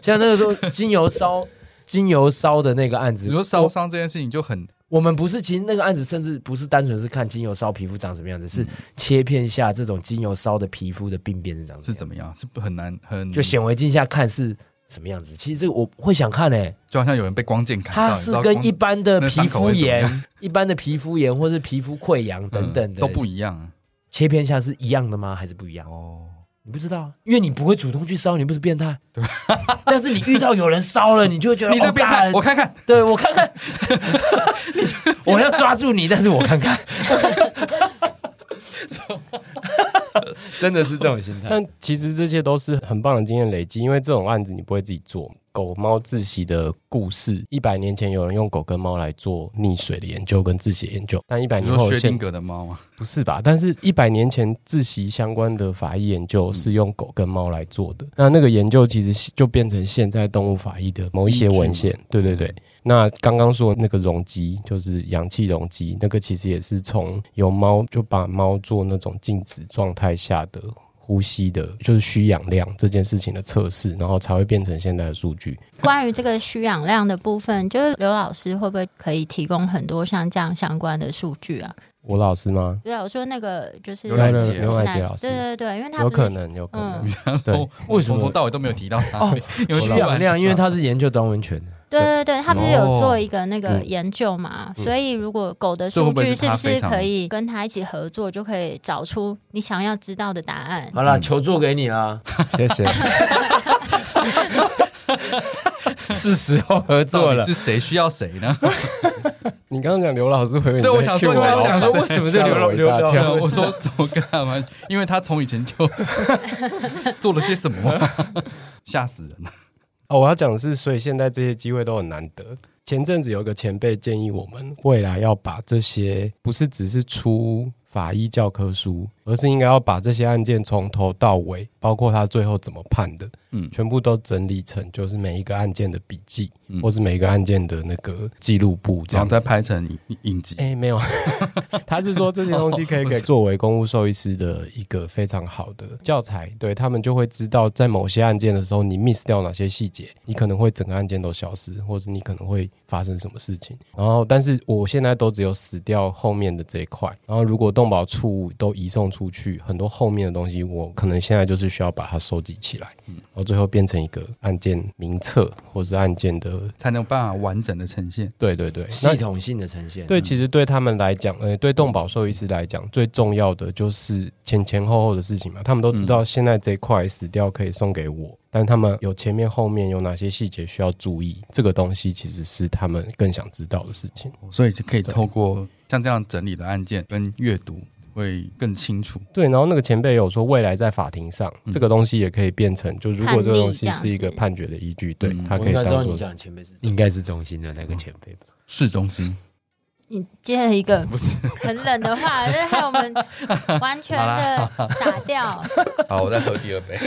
[SPEAKER 4] 像那个时候精油烧。 精油烧的那个案子，
[SPEAKER 3] 你说烧
[SPEAKER 4] 我
[SPEAKER 3] 伤这件事情就很
[SPEAKER 4] 我们不是，其实那个案子甚至不是单纯是看精油烧皮肤长什么样子，
[SPEAKER 3] 嗯
[SPEAKER 4] 是切片下这种精油烧的皮肤的病变是长
[SPEAKER 3] 是
[SPEAKER 4] 什么样子
[SPEAKER 3] 怎么样？是不很难很
[SPEAKER 4] 就显微镜下看是什么样子。其实这个我会想看诶、
[SPEAKER 3] 就好像有人被光剑砍到，
[SPEAKER 4] 它
[SPEAKER 3] 你
[SPEAKER 4] 是
[SPEAKER 3] 知道
[SPEAKER 4] 跟
[SPEAKER 3] 光
[SPEAKER 4] 一般的
[SPEAKER 3] 那
[SPEAKER 4] 皮
[SPEAKER 3] 伤口
[SPEAKER 4] 肤
[SPEAKER 3] 会怎么
[SPEAKER 4] 炎
[SPEAKER 3] 样、
[SPEAKER 4] 一般的皮肤炎或是皮肤溃疡等等
[SPEAKER 3] 嗯
[SPEAKER 4] 的、
[SPEAKER 3] 都不一样 啊
[SPEAKER 4] 切片下是一样的吗？还是不一样？
[SPEAKER 3] 哦。
[SPEAKER 4] 你不知道啊，因为你不会主动去烧，你不是变态。对，但是你遇到有人烧了，你就会觉得
[SPEAKER 3] 你在
[SPEAKER 4] 哦
[SPEAKER 3] 变态，
[SPEAKER 4] 干
[SPEAKER 3] 我看看。
[SPEAKER 4] 对我看 看，我要抓住你，但是我看看，
[SPEAKER 3] 真的是这种心 态。
[SPEAKER 5] 但其实这些都是很棒的经验累积，因为这种案子你不会自己做。狗猫窒息的故事，一百年前有人用狗跟猫来做溺水的研究跟窒息的研究，但一百
[SPEAKER 3] 你
[SPEAKER 5] 年
[SPEAKER 3] 说
[SPEAKER 5] 后
[SPEAKER 3] 薛
[SPEAKER 5] 现
[SPEAKER 3] 定谔的猫 吗？
[SPEAKER 5] 不是吧？但是，一百年前窒息相关的法医研究是用狗跟猫来做的，那那个研究其实就变成现在动物法医的某一些文献。对对对。那刚刚说那个容积，就是氧气容积，那个其实也是从有猫就把猫做那种静止状态下的呼吸的，就是需氧量这件事情的测试，然后才会变成现在的数据。
[SPEAKER 1] 关于这个需氧量的部分，就是刘老师会不会可以提供很多像这样相关的数据啊？
[SPEAKER 5] 我老师吗？
[SPEAKER 1] 对啊，我说那个就是
[SPEAKER 3] 刘乃杰
[SPEAKER 5] 刘乃杰老师
[SPEAKER 1] 对对对，因为他
[SPEAKER 5] 有
[SPEAKER 1] 不是
[SPEAKER 5] 可能，有可能。
[SPEAKER 1] 嗯
[SPEAKER 5] 对
[SPEAKER 3] 我
[SPEAKER 4] 为什么
[SPEAKER 3] 我从头到尾都 没有啊提到他？
[SPEAKER 4] 哦
[SPEAKER 3] 因为突
[SPEAKER 4] 需
[SPEAKER 3] 然
[SPEAKER 4] 氧量，因为
[SPEAKER 3] 知道
[SPEAKER 4] 它是研究短吻犬的，
[SPEAKER 1] 对对对，他不是有
[SPEAKER 3] 哦
[SPEAKER 1] 做一个那个
[SPEAKER 5] 嗯
[SPEAKER 1] 研究嘛？
[SPEAKER 5] 嗯
[SPEAKER 1] 所以如果狗的
[SPEAKER 3] 这会
[SPEAKER 1] 数
[SPEAKER 3] 不会
[SPEAKER 1] 据
[SPEAKER 3] 是
[SPEAKER 1] 是
[SPEAKER 3] 他
[SPEAKER 1] 不
[SPEAKER 3] 非
[SPEAKER 1] 是
[SPEAKER 3] 常
[SPEAKER 1] 可以跟他一起合作，就可以找出你想要知道的答案？
[SPEAKER 4] 好了，
[SPEAKER 3] 嗯
[SPEAKER 4] 球做给 你啦。
[SPEAKER 5] 谢 谢。是时候合作
[SPEAKER 3] 到
[SPEAKER 5] 了
[SPEAKER 3] 底。是谁需要谁呢？
[SPEAKER 5] 你刚刚讲刘老师 会，
[SPEAKER 3] 对，我想说，
[SPEAKER 5] 你在 cue
[SPEAKER 3] 我想说，为什么
[SPEAKER 5] 吓
[SPEAKER 3] 这刘老
[SPEAKER 5] 我一大
[SPEAKER 3] 刘
[SPEAKER 5] 跳
[SPEAKER 3] 老？我说怎么跟他们？因为他从以前 就做了些什么， 吓死人了。
[SPEAKER 5] 哦，我要讲的是，所以现在这些机会都很难得。前阵子有一个前辈建议我们，未来要把这些不是只是出法医教科书，而是应该要把这些案件从头到尾，包括他最后怎么判的，
[SPEAKER 3] 嗯
[SPEAKER 5] 全部都整理成就是每一个案件的笔记，
[SPEAKER 3] 嗯
[SPEAKER 5] 或是每一个案件的那个记录簿，这
[SPEAKER 3] 然
[SPEAKER 5] 样
[SPEAKER 3] 后
[SPEAKER 5] 子
[SPEAKER 3] 再拍成影影集，
[SPEAKER 5] 哎、没有， 他是说这些东西可以给作为公务兽医师的一个非常好的教材，对他们就会知道在某些案件的时候，你 miss 掉哪些细节，你可能会整个案件都消失，或者你可能会发生什么事情。然后，但是我现在都只有死掉后面的这一块，然后如果动保处都移送出去，很多后面的东西，我可能现在就是需要把它收集起来，然后最后变成一个案件名册或是案件的。
[SPEAKER 3] 才能有办法完整的呈现。
[SPEAKER 5] 对对对，那
[SPEAKER 4] 系统性的呈现。
[SPEAKER 5] 对，其实对他们来讲，呃，对动保兽医师来讲，最重要的就是前前后后的事情嘛。他们都知
[SPEAKER 4] 嗯
[SPEAKER 5] 道现在这块死掉可以送给我，但他们有前面后面有哪些细节需要注意，这个东西其实是他们更想知道的事情。
[SPEAKER 3] 哦所以是可以透过像这样整理的案件跟阅读，会更清楚。
[SPEAKER 5] 对，然后那个前辈有说，未来在法庭上、
[SPEAKER 3] 嗯
[SPEAKER 5] 这个东西也可以变成，就如果这个东
[SPEAKER 1] 判例这
[SPEAKER 5] 西
[SPEAKER 1] 样子
[SPEAKER 5] 是一个判决的依据，对，
[SPEAKER 3] 嗯
[SPEAKER 5] 它
[SPEAKER 4] 我
[SPEAKER 5] 可
[SPEAKER 4] 应
[SPEAKER 5] 以
[SPEAKER 4] 该知道
[SPEAKER 5] 当
[SPEAKER 4] 你
[SPEAKER 5] 做。
[SPEAKER 4] 讲的嗯前辈是应该是中心的那个前辈吧？
[SPEAKER 3] 市中心
[SPEAKER 1] 你接了一个很冷的话，这害我 们完全的傻掉。
[SPEAKER 3] 好，我再喝第二杯。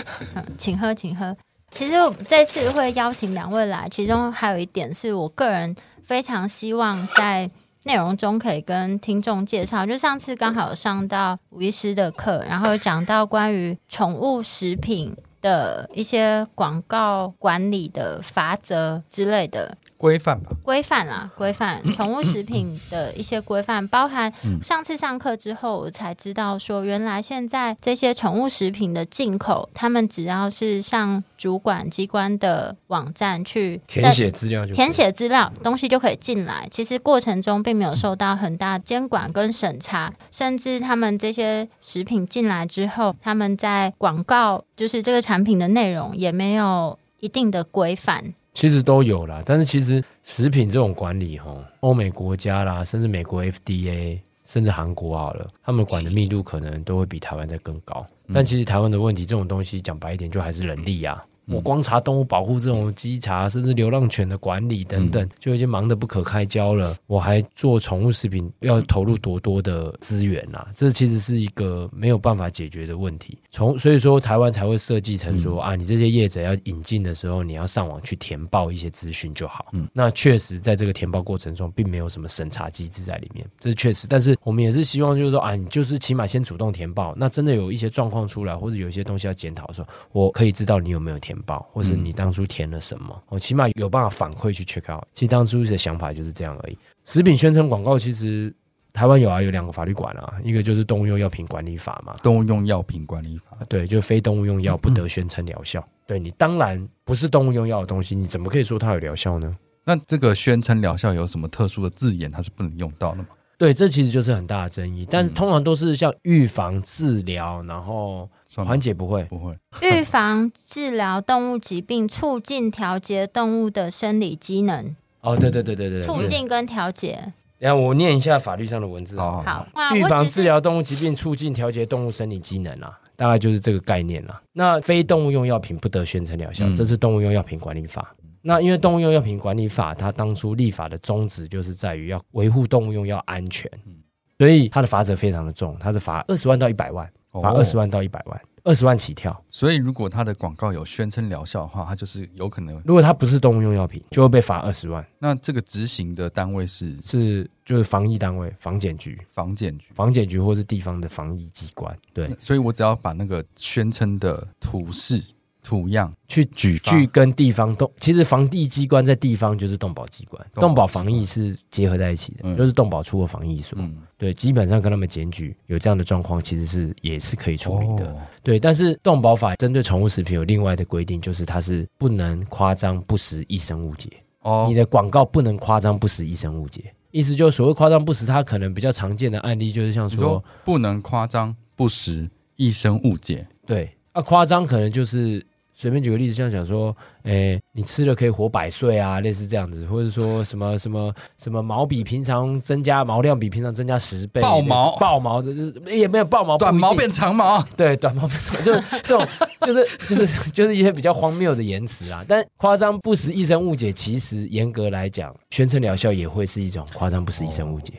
[SPEAKER 1] 请喝，请喝。其实我这次会邀请两位来，其中还有一点是我个人非常希望在内容中可以跟听众介绍。就上次刚好有上到吴医师的课，然后有讲到关于宠物食品的一些广告管理的法则之类的，
[SPEAKER 2] 规范吧，
[SPEAKER 1] 规范啊，规 范宠物食品的一些规范，包含
[SPEAKER 2] 嗯
[SPEAKER 1] 上次上课之后，我才知道说，原来现在这些宠物食品的进口，他们只要是上主管机关的网站去
[SPEAKER 4] 填写资料就
[SPEAKER 1] 填写资料，东西就可以进来。其实过程中并没有受到很大监管跟审查，甚至他们这些食品进来之后，他们在广告就是这个产品的内容也没有一定的规范。
[SPEAKER 4] 其实都有啦，但是其实食品这种管理吼，欧美国家啦，甚至美国 FDA，甚至韩国好了，他们管的密度可能都会比台湾再更高。但其实台湾的问题，这种东西讲白一点，就还是人力呀、我光查动物保护这种稽查，甚至流浪犬的管理等等，就已经忙得不可开交了。我还做宠物食品，要投入多多的资源啦、这其实是一个没有办法解决的问题。从所以说，台湾才会设计成说、啊，你这些业者要引进的时候，你要上网去填报一些资讯就好。那确实在这个填报过程中，并没有什么审查机制在里面，这是确实。但是我们也是希望，就是说啊，你就是起码先主动填报，那真的有一些状况出来，或者有一些东西要检讨的时候，我可以知道你有没有填报，或是你当初填了什么，我、起码有办法反馈去 check out。其实当初的想法就是这样而已。食品宣称广告其实。台湾有啊，有两个法律管啊，一个就是动物用药品管理法嘛， 啊
[SPEAKER 3] 动物用药品管理法，
[SPEAKER 4] 对，就非动物用药不得宣称疗效。对你当然不是动物用药的东西，你怎么可以说它有疗效呢？
[SPEAKER 3] 那这个宣称疗效有什么特殊的字眼，它是不能用到的吗？
[SPEAKER 4] 对，这其实就是很大的争议，但
[SPEAKER 3] 嗯
[SPEAKER 4] 是通常都是像预防、治疗，然后
[SPEAKER 3] 算吗
[SPEAKER 4] 缓解不会。
[SPEAKER 3] 不会，
[SPEAKER 1] 预防、治疗动物疾病，促进调节动物的生理机能，
[SPEAKER 4] 哦，对对对对对，
[SPEAKER 1] 促
[SPEAKER 4] 是
[SPEAKER 1] 进跟调节。
[SPEAKER 4] 然后我念一下法律上的文字
[SPEAKER 3] 好
[SPEAKER 4] 啊。
[SPEAKER 3] 好好，
[SPEAKER 1] 好，哇
[SPEAKER 4] 预
[SPEAKER 1] 我
[SPEAKER 4] 防
[SPEAKER 1] 只是
[SPEAKER 4] 治疗动物疾病，促进调节动物生理机能啊，大概就是这个概念啦。那非动物用药品不得宣称疗效，
[SPEAKER 3] 嗯
[SPEAKER 4] 这是动物用药品管理法。那因为动物用药品管理法，它当初立法的宗旨就是在于要维护动物用药安全，
[SPEAKER 3] 嗯
[SPEAKER 4] 所以它的罚则非常的重，它是罚二十万到一百万，罚
[SPEAKER 3] 哦
[SPEAKER 4] 二十万到一百万，二十万起跳。
[SPEAKER 3] 所以如果它的广告有宣称疗效的话，它就是有可能。
[SPEAKER 4] 如果它不是动物用药品，就会被罚二十万，
[SPEAKER 3] 那这个执行的单位是
[SPEAKER 4] 是就是防疫单位、防检局、
[SPEAKER 3] 房检局，
[SPEAKER 4] 防检局或是地方的防疫机关，对，
[SPEAKER 3] 所以我只要把那个宣称的图示、图样
[SPEAKER 4] 去
[SPEAKER 3] 举发
[SPEAKER 4] 去跟地方动，其实防疫机关在地方就是动保机关，
[SPEAKER 3] 动保
[SPEAKER 4] 动保防疫是结合在一起的，
[SPEAKER 3] 嗯
[SPEAKER 4] 就是动保处或防疫所。
[SPEAKER 3] 嗯，
[SPEAKER 4] 对，基本上跟他们检举有这样的状况，其实是也是可以处理的。
[SPEAKER 3] 哦
[SPEAKER 4] 对，但是动保法针对宠物食品有另外的规定，就是它是不能夸张不实、易生误解。
[SPEAKER 3] 哦，
[SPEAKER 4] 你的广告不能夸张不实、易生误解。意思就是所谓夸张不实，它可能比较常见的案例就是像
[SPEAKER 3] 你
[SPEAKER 4] 说
[SPEAKER 3] 说不能夸张、不实、一生误解，
[SPEAKER 4] 对，啊，夸张可能就是随便举个例子，像讲说，诶、你吃了可以活百岁啊，类似这样子，或者说什 么什么什么毛比平常增加毛量比平常增加十倍，
[SPEAKER 3] 爆
[SPEAKER 4] 类似
[SPEAKER 3] 毛
[SPEAKER 4] 爆毛，这就是也没有爆毛，
[SPEAKER 3] 短
[SPEAKER 4] 哦不一定
[SPEAKER 3] 毛变长毛，
[SPEAKER 4] 对短毛变 长，就是这种，就是就是就是一些比较荒谬的言辞啊。但夸张不实、易生误解，其实严格来讲，宣称疗效也会是一种夸张不实、易生误解。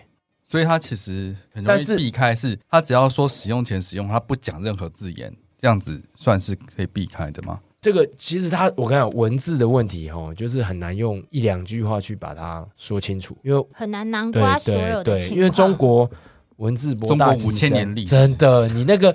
[SPEAKER 3] 所以它其实很容
[SPEAKER 4] 但
[SPEAKER 3] 易
[SPEAKER 4] 是
[SPEAKER 3] 避开是，它只要说使用前使用，它不讲任何字眼，这样子算是可以避开的吗？
[SPEAKER 4] 这个其实它，我跟你讲，文字的问题哦，就是很难用一两句话去把它说清楚，因为
[SPEAKER 1] 很难囊
[SPEAKER 4] 对
[SPEAKER 1] 括所有的
[SPEAKER 4] 对对，
[SPEAKER 1] 情况，
[SPEAKER 4] 因为中国文字博大精
[SPEAKER 3] 中
[SPEAKER 4] 深
[SPEAKER 3] 国5000年历史
[SPEAKER 4] 真的，你那个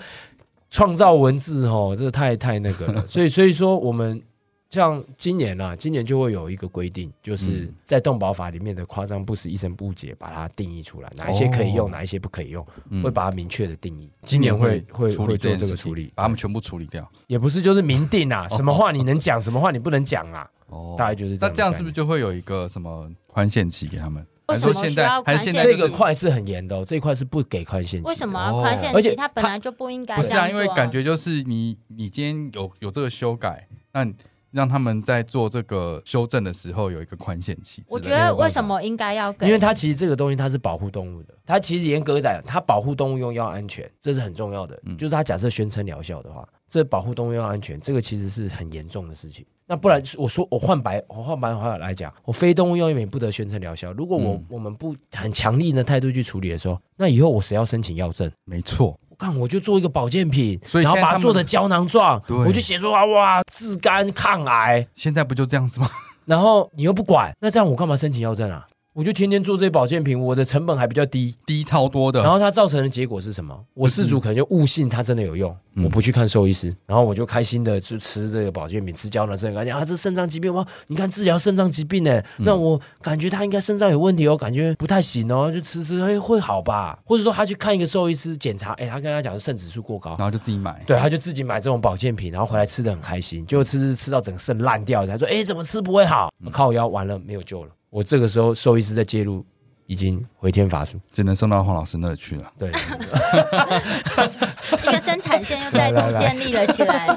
[SPEAKER 4] 创造文字哦，这个太太那个 了。所以所以说，我们像今年啊，今年就会有一个规定，就是
[SPEAKER 3] 嗯
[SPEAKER 4] 在动保法里面的夸张不实、一生不解，把它定义出来，哪一些可以用，
[SPEAKER 3] 哦
[SPEAKER 4] 哪一些不可以用，
[SPEAKER 3] 嗯
[SPEAKER 4] 会把它明确的定义。今年会会
[SPEAKER 3] 处
[SPEAKER 4] 会
[SPEAKER 3] 理
[SPEAKER 4] 做
[SPEAKER 3] 件
[SPEAKER 4] 这
[SPEAKER 3] 事
[SPEAKER 4] 个
[SPEAKER 3] 情
[SPEAKER 4] 处理，
[SPEAKER 3] 把它们全部处理掉。
[SPEAKER 4] 也不是就是明定啊，
[SPEAKER 3] 哦
[SPEAKER 4] 什么话你能讲，什么话你不能讲啊，
[SPEAKER 3] 哦
[SPEAKER 4] 大概就是这
[SPEAKER 3] 那
[SPEAKER 4] 样的概念。
[SPEAKER 3] 这样是不是就会有一个什么宽限期给他们？
[SPEAKER 1] 为
[SPEAKER 3] 还
[SPEAKER 1] 什
[SPEAKER 3] 是
[SPEAKER 1] 么
[SPEAKER 3] 说现
[SPEAKER 1] 需
[SPEAKER 3] 在
[SPEAKER 1] 要
[SPEAKER 3] 还
[SPEAKER 1] 宽
[SPEAKER 3] 是
[SPEAKER 1] 限
[SPEAKER 3] 现
[SPEAKER 1] 期
[SPEAKER 3] 在
[SPEAKER 4] 这
[SPEAKER 3] 就是
[SPEAKER 4] 个块是很严的哦，这一块是不给宽限期的。
[SPEAKER 1] 为什么要
[SPEAKER 3] 哦
[SPEAKER 1] 宽限
[SPEAKER 4] 而
[SPEAKER 1] 期？
[SPEAKER 4] 且
[SPEAKER 1] 它本来就不应该
[SPEAKER 3] 不
[SPEAKER 1] 这
[SPEAKER 3] 是啊？
[SPEAKER 1] 样
[SPEAKER 3] 因为
[SPEAKER 1] 做
[SPEAKER 3] 感觉就是你你今天有有这个修改，那你让他们在做这个修正的时候有一个宽限期之类的。
[SPEAKER 1] 我觉得为什么应该要给？
[SPEAKER 4] 因为它其实这个东西它是保护动物的，它其实严格讲，它保护动物用药安全，这是很重要的。
[SPEAKER 3] 嗯
[SPEAKER 4] 就是它假设宣称疗效的话，这保护动物用药安全，这个其实是很严重的事情。那不然我说我换白我换白话来讲，我非动物用药也不得宣称疗效。如果我、
[SPEAKER 3] 嗯
[SPEAKER 4] 我们不很强力的态度去处理的时候，那以后我谁要申请药证？
[SPEAKER 3] 没错，
[SPEAKER 4] 我看我就做一个保健品，
[SPEAKER 3] 所以
[SPEAKER 4] 然后
[SPEAKER 3] 现在
[SPEAKER 4] 把
[SPEAKER 3] 他
[SPEAKER 4] 它
[SPEAKER 3] 们
[SPEAKER 4] 做的胶囊状，
[SPEAKER 3] 对
[SPEAKER 4] 我就写说啊哇治肝抗癌，
[SPEAKER 3] 现在不就这样子吗？
[SPEAKER 4] 然后你又不管，那这样我干嘛申请药证啊？我就天天做这些保健品，我的成本还比较低，
[SPEAKER 3] 低超多的，
[SPEAKER 4] 然后它造成的结果是什么？我
[SPEAKER 3] 就是
[SPEAKER 4] 事主可能就误信它真的有用，
[SPEAKER 3] 嗯
[SPEAKER 4] 我不去看兽医师，然后我就开心的就吃这个保健品，吃胶囊症，感觉啊这肾脏疾病哇，你看治疗肾脏疾病呢、
[SPEAKER 3] 嗯
[SPEAKER 4] 那我感觉他应该肾脏有问题哦，感觉不太行哦，就吃吃哎会好吧？或者说他去看一个兽医师检查，哎他跟他讲是肾指数过高
[SPEAKER 3] 然。后就自己买。
[SPEAKER 4] 对，他就自己买这种保健品，然后回来吃的很开心，结果吃吃吃到整个肾烂掉，他说：“哎，怎么吃不会好？靠腰完了，没有救了。”我这个时候兽医师在介入，已经回天乏术。
[SPEAKER 3] 只能送到黄老师那去了。
[SPEAKER 4] 对，
[SPEAKER 1] 一个生产线又 再度建立了起来。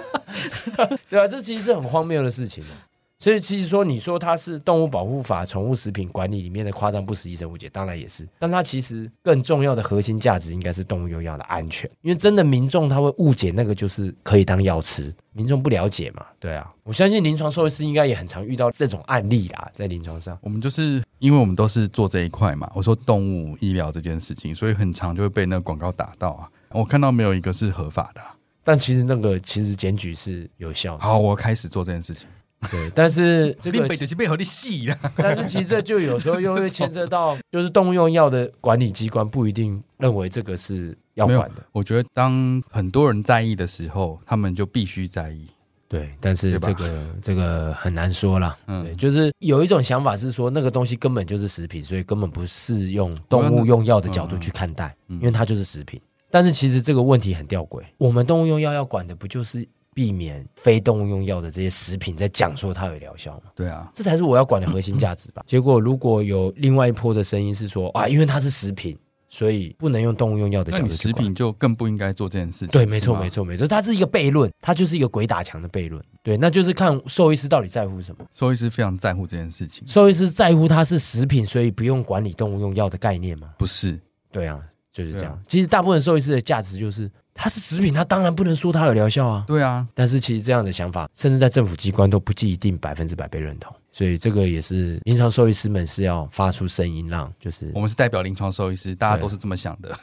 [SPEAKER 4] 对啊，这其实是很荒谬的事情啊所以其实说，你说它是动物保护法、宠物食品管理里面的夸张不实、医生误解，当然也是。但它其实更重要的核心价值应该是动物用药的安全，因为真的民众他会误解那个就是可以当药吃，民众不了解嘛。对啊，我相信临床兽医师应该也很常遇到这种案例啦，在临床上。
[SPEAKER 3] 我们就是因为我们都是做这一块嘛，我说动物医疗这件事情，所以很常就会被那个广告打到啊。我看到没有一个是合法的啊、
[SPEAKER 4] 但其实那个其实检举是有效的，
[SPEAKER 3] 好，我开始做这件事情。
[SPEAKER 4] 对。但是这个
[SPEAKER 3] 林北就是被合力戏了。
[SPEAKER 4] 但是其实这就有时候又会牵涉到，就是动物用药的管理机关不一定认为这个是要管的，
[SPEAKER 3] 我觉得当很多人在意的时候，他们就必须在意。
[SPEAKER 4] 对。但是
[SPEAKER 3] 对
[SPEAKER 4] 这
[SPEAKER 3] 吧
[SPEAKER 4] 个这个很难说啦，
[SPEAKER 3] 嗯
[SPEAKER 4] 对，就是有一种想法是说那个东西根本就是食品，所以根本不是用动物用药的角度去看待，
[SPEAKER 3] 嗯
[SPEAKER 4] 因为它就是食品。但是其实这个问题很吊诡，我们动物用药要管的不就是避免非动物用药的这些食品在讲说它有疗效吗？
[SPEAKER 3] 对啊，嗯
[SPEAKER 4] 这才是我要管的核心价值吧。结果如果有另外一波的声音是说啊，因为它是食品，所以不能用动物用药的
[SPEAKER 3] 那
[SPEAKER 4] 角度
[SPEAKER 3] 你
[SPEAKER 4] 去
[SPEAKER 3] 食
[SPEAKER 4] 管。
[SPEAKER 3] 品就更不应该做这件事情。
[SPEAKER 4] 对，没
[SPEAKER 3] 是
[SPEAKER 4] 错，
[SPEAKER 3] 吗
[SPEAKER 4] 没。错，没错，它是一个悖论，它就是一个鬼打墙的悖论。对，那就是看兽医师到底在乎什么。
[SPEAKER 3] 兽医师非常在乎这件事情，
[SPEAKER 4] 兽医师在乎它是食品，所以不用管理动物用药的概念吗？
[SPEAKER 3] 不是？
[SPEAKER 4] 对啊，就是这
[SPEAKER 3] 对
[SPEAKER 4] 样。
[SPEAKER 3] 啊
[SPEAKER 4] 其实大部分兽医师的价值就是，它是食品，它当然不能说它有疗效啊。
[SPEAKER 3] 对啊，
[SPEAKER 4] 但是其实这样的想法，甚至在政府机关都不一定百分之百被认同，所以这个也是临床兽医师们是要发出声音让， 就是
[SPEAKER 3] 我们是代表临床兽医师，大家都是这么想的。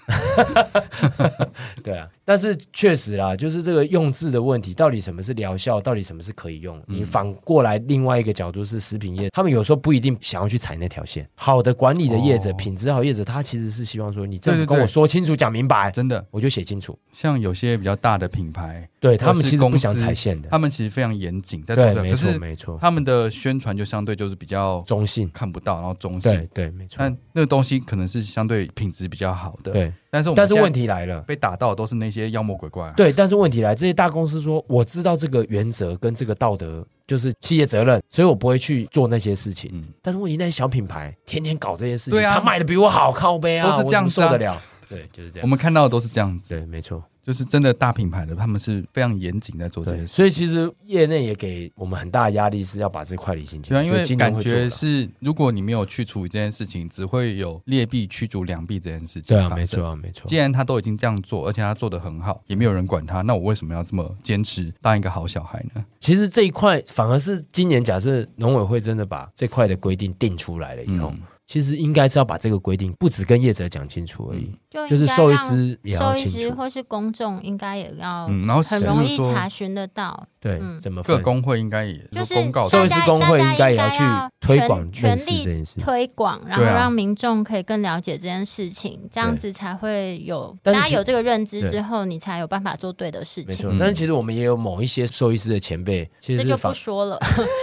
[SPEAKER 4] 对啊。但是确实啦，就是这个用字的问题，到底什么是疗效，到底什么是可以用？
[SPEAKER 3] 嗯
[SPEAKER 4] 你反过来另外一个角度是食品业，他们有时候不一定想要去踩那条线。好的管理的业者，
[SPEAKER 3] 哦
[SPEAKER 4] 品质好业者，他其实是希望说，你政
[SPEAKER 3] 对
[SPEAKER 4] 府
[SPEAKER 3] 对
[SPEAKER 4] 跟我
[SPEAKER 3] 对
[SPEAKER 4] 说清楚、讲明白，
[SPEAKER 3] 真的，
[SPEAKER 4] 我就写清楚。
[SPEAKER 3] 像有些比较大的品牌，
[SPEAKER 4] 对他们
[SPEAKER 3] 是
[SPEAKER 4] 其实不
[SPEAKER 3] 公
[SPEAKER 4] 想
[SPEAKER 3] 司
[SPEAKER 4] 踩线的
[SPEAKER 3] 他，们其实非常严谨，在做
[SPEAKER 4] 对，
[SPEAKER 3] 这个，
[SPEAKER 4] 没
[SPEAKER 3] 可
[SPEAKER 4] 错，
[SPEAKER 3] 是
[SPEAKER 4] 没错，
[SPEAKER 3] 他们的宣传就相对就是比较
[SPEAKER 4] 中性，
[SPEAKER 3] 看不到，然后中
[SPEAKER 4] 对
[SPEAKER 3] 性。
[SPEAKER 4] 对，没错，
[SPEAKER 3] 但那个东西可能是相对品质比较好的，。
[SPEAKER 4] 对。
[SPEAKER 3] 但是我们
[SPEAKER 4] 但是
[SPEAKER 3] 现在
[SPEAKER 4] 问题来了。
[SPEAKER 3] 被打到的都是那些妖魔鬼怪啊，
[SPEAKER 4] 对，但是问题来，这些大公司说我知道这个原则跟这个道德就是企业责任，所以我不会去做那些事情。
[SPEAKER 3] 嗯，
[SPEAKER 4] 但是问题，那些小品牌天天搞这些事情，
[SPEAKER 3] 对啊
[SPEAKER 4] 他卖的比我好，靠背啊，
[SPEAKER 3] 都是这样
[SPEAKER 4] 我
[SPEAKER 3] 子
[SPEAKER 4] 怎么
[SPEAKER 3] 啊
[SPEAKER 4] 受得了。对，就是这
[SPEAKER 3] 我
[SPEAKER 4] 样。
[SPEAKER 3] 们看到的都是这样子，
[SPEAKER 4] 对，没错。
[SPEAKER 3] 就是真的大品牌的，他们是非常严谨在做这
[SPEAKER 4] 对，
[SPEAKER 3] 些事。
[SPEAKER 4] 所以其实业内也给我们很大的压力，是要把这块理清清
[SPEAKER 3] 对啊，
[SPEAKER 4] 楚。
[SPEAKER 3] 因
[SPEAKER 4] 所以
[SPEAKER 3] 为
[SPEAKER 4] 今年
[SPEAKER 3] 感
[SPEAKER 4] 会做
[SPEAKER 3] 觉
[SPEAKER 4] 了
[SPEAKER 3] 是，如果你没有去处理这件事情，只会有劣币驱逐良币这件事情。
[SPEAKER 4] 对啊，没错。啊，没错
[SPEAKER 3] 既。然他都已经这样做，而且他做得很好，也没有人管他，那我为什么要这么坚持当一个好小孩呢？
[SPEAKER 4] 其实这一块反而是今年，假设农委会真的把这块的规定定出来了以
[SPEAKER 1] 哦
[SPEAKER 4] 后，
[SPEAKER 3] 嗯
[SPEAKER 4] 其实应该是要把这个规定不只跟业者讲清楚而已。
[SPEAKER 3] 嗯
[SPEAKER 1] 就
[SPEAKER 4] 就是
[SPEAKER 1] 应该
[SPEAKER 4] 兽医
[SPEAKER 1] 让
[SPEAKER 4] 师也要
[SPEAKER 1] 兽医
[SPEAKER 4] 清
[SPEAKER 1] 师
[SPEAKER 4] 楚
[SPEAKER 1] 或是公众应该也要
[SPEAKER 3] 嗯，然后
[SPEAKER 1] 很
[SPEAKER 3] 是
[SPEAKER 1] 容
[SPEAKER 3] 不是
[SPEAKER 1] 易
[SPEAKER 3] 说
[SPEAKER 1] 查询得到。
[SPEAKER 4] 对，
[SPEAKER 1] 嗯
[SPEAKER 4] 怎么
[SPEAKER 3] 各
[SPEAKER 4] 分
[SPEAKER 3] 工会应该也
[SPEAKER 1] 就是
[SPEAKER 3] 公告
[SPEAKER 4] 社
[SPEAKER 1] 大
[SPEAKER 4] 会
[SPEAKER 1] 家
[SPEAKER 4] 师工会应该也要
[SPEAKER 1] 大
[SPEAKER 4] 去
[SPEAKER 1] 家要
[SPEAKER 4] 推广
[SPEAKER 1] 全
[SPEAKER 4] 认识
[SPEAKER 1] 全力
[SPEAKER 4] 这件事。
[SPEAKER 1] 推广，然后
[SPEAKER 3] 对啊
[SPEAKER 1] 让民众可以更了解这件事情，这样子才会有
[SPEAKER 4] 但
[SPEAKER 1] 大
[SPEAKER 4] 是
[SPEAKER 1] 家
[SPEAKER 4] 其
[SPEAKER 1] 有这个认知
[SPEAKER 4] 对
[SPEAKER 1] 之后，你才有办法做对的事
[SPEAKER 4] 没
[SPEAKER 1] 情
[SPEAKER 4] 错，。
[SPEAKER 3] 嗯
[SPEAKER 4] 但是其实我们也有某一些兽医师的前辈，其
[SPEAKER 1] 这
[SPEAKER 4] 实是
[SPEAKER 1] 就不
[SPEAKER 4] 反
[SPEAKER 1] 说 了。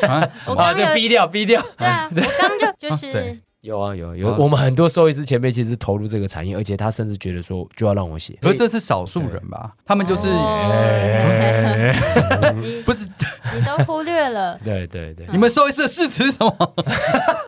[SPEAKER 3] 啊，
[SPEAKER 1] 我
[SPEAKER 4] 啊，
[SPEAKER 1] 刚
[SPEAKER 4] 这
[SPEAKER 1] 刚有
[SPEAKER 4] 逼掉逼掉。
[SPEAKER 1] 对 啊，我刚刚就就
[SPEAKER 3] 啊
[SPEAKER 1] 是
[SPEAKER 3] 谁
[SPEAKER 4] 有啊有啊有啊，
[SPEAKER 3] 啊
[SPEAKER 4] 我们很多兽医师前辈其实是投入这个产业，而且他甚至觉得说就要让我写。。
[SPEAKER 3] 可是这是少数人吧？他 们就是
[SPEAKER 1] 哦你
[SPEAKER 3] 不是
[SPEAKER 1] 你都忽略了
[SPEAKER 4] 对对对，
[SPEAKER 3] 你们兽医师的誓词是什么？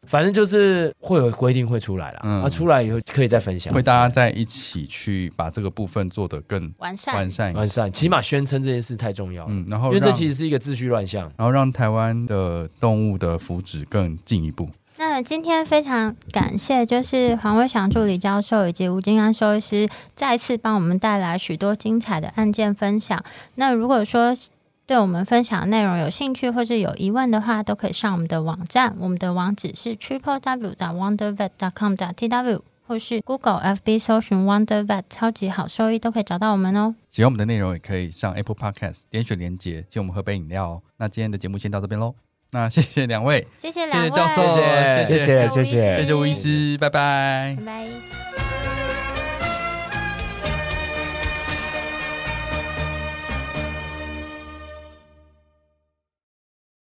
[SPEAKER 4] 反正就是会有规定会出来啦，
[SPEAKER 3] 嗯
[SPEAKER 4] 啊，出来以后可以再分享
[SPEAKER 3] 会。大家在一起去把这个部分做得更
[SPEAKER 1] 完善，
[SPEAKER 3] 完善一点。
[SPEAKER 4] 完善，起码宣称这件事太重要了，
[SPEAKER 3] 嗯，然后
[SPEAKER 4] 因为这
[SPEAKER 3] 让
[SPEAKER 4] 其实是一个秩序乱象。
[SPEAKER 3] 然后让台湾的动物的福祉更进一步。
[SPEAKER 1] 那今天非常感谢，就是黄伟祥助理教授以及吴金安兽医师再次帮我们带来许多精彩的案件分享。那如果说对我们分享的内容有兴趣或是有疑问的话，都可以上我们的网站，我们的网址是 triple w wondervet com t w 或是 Google FB 搜寻 Wondervet 超级好兽医都可以找到我们哦。
[SPEAKER 3] 喜欢我们的内容，也可以上 Apple Podcast 点选连接，请我们喝杯饮料哦。那今天的节目先到这边喽。那谢谢两位，
[SPEAKER 1] 谢谢
[SPEAKER 3] 谢
[SPEAKER 1] 两位，
[SPEAKER 3] 谢教授，谢
[SPEAKER 4] 谢谢
[SPEAKER 3] 谢
[SPEAKER 4] 谢谢
[SPEAKER 1] 谢
[SPEAKER 3] 谢谢吴医师，拜拜
[SPEAKER 1] 拜。拜。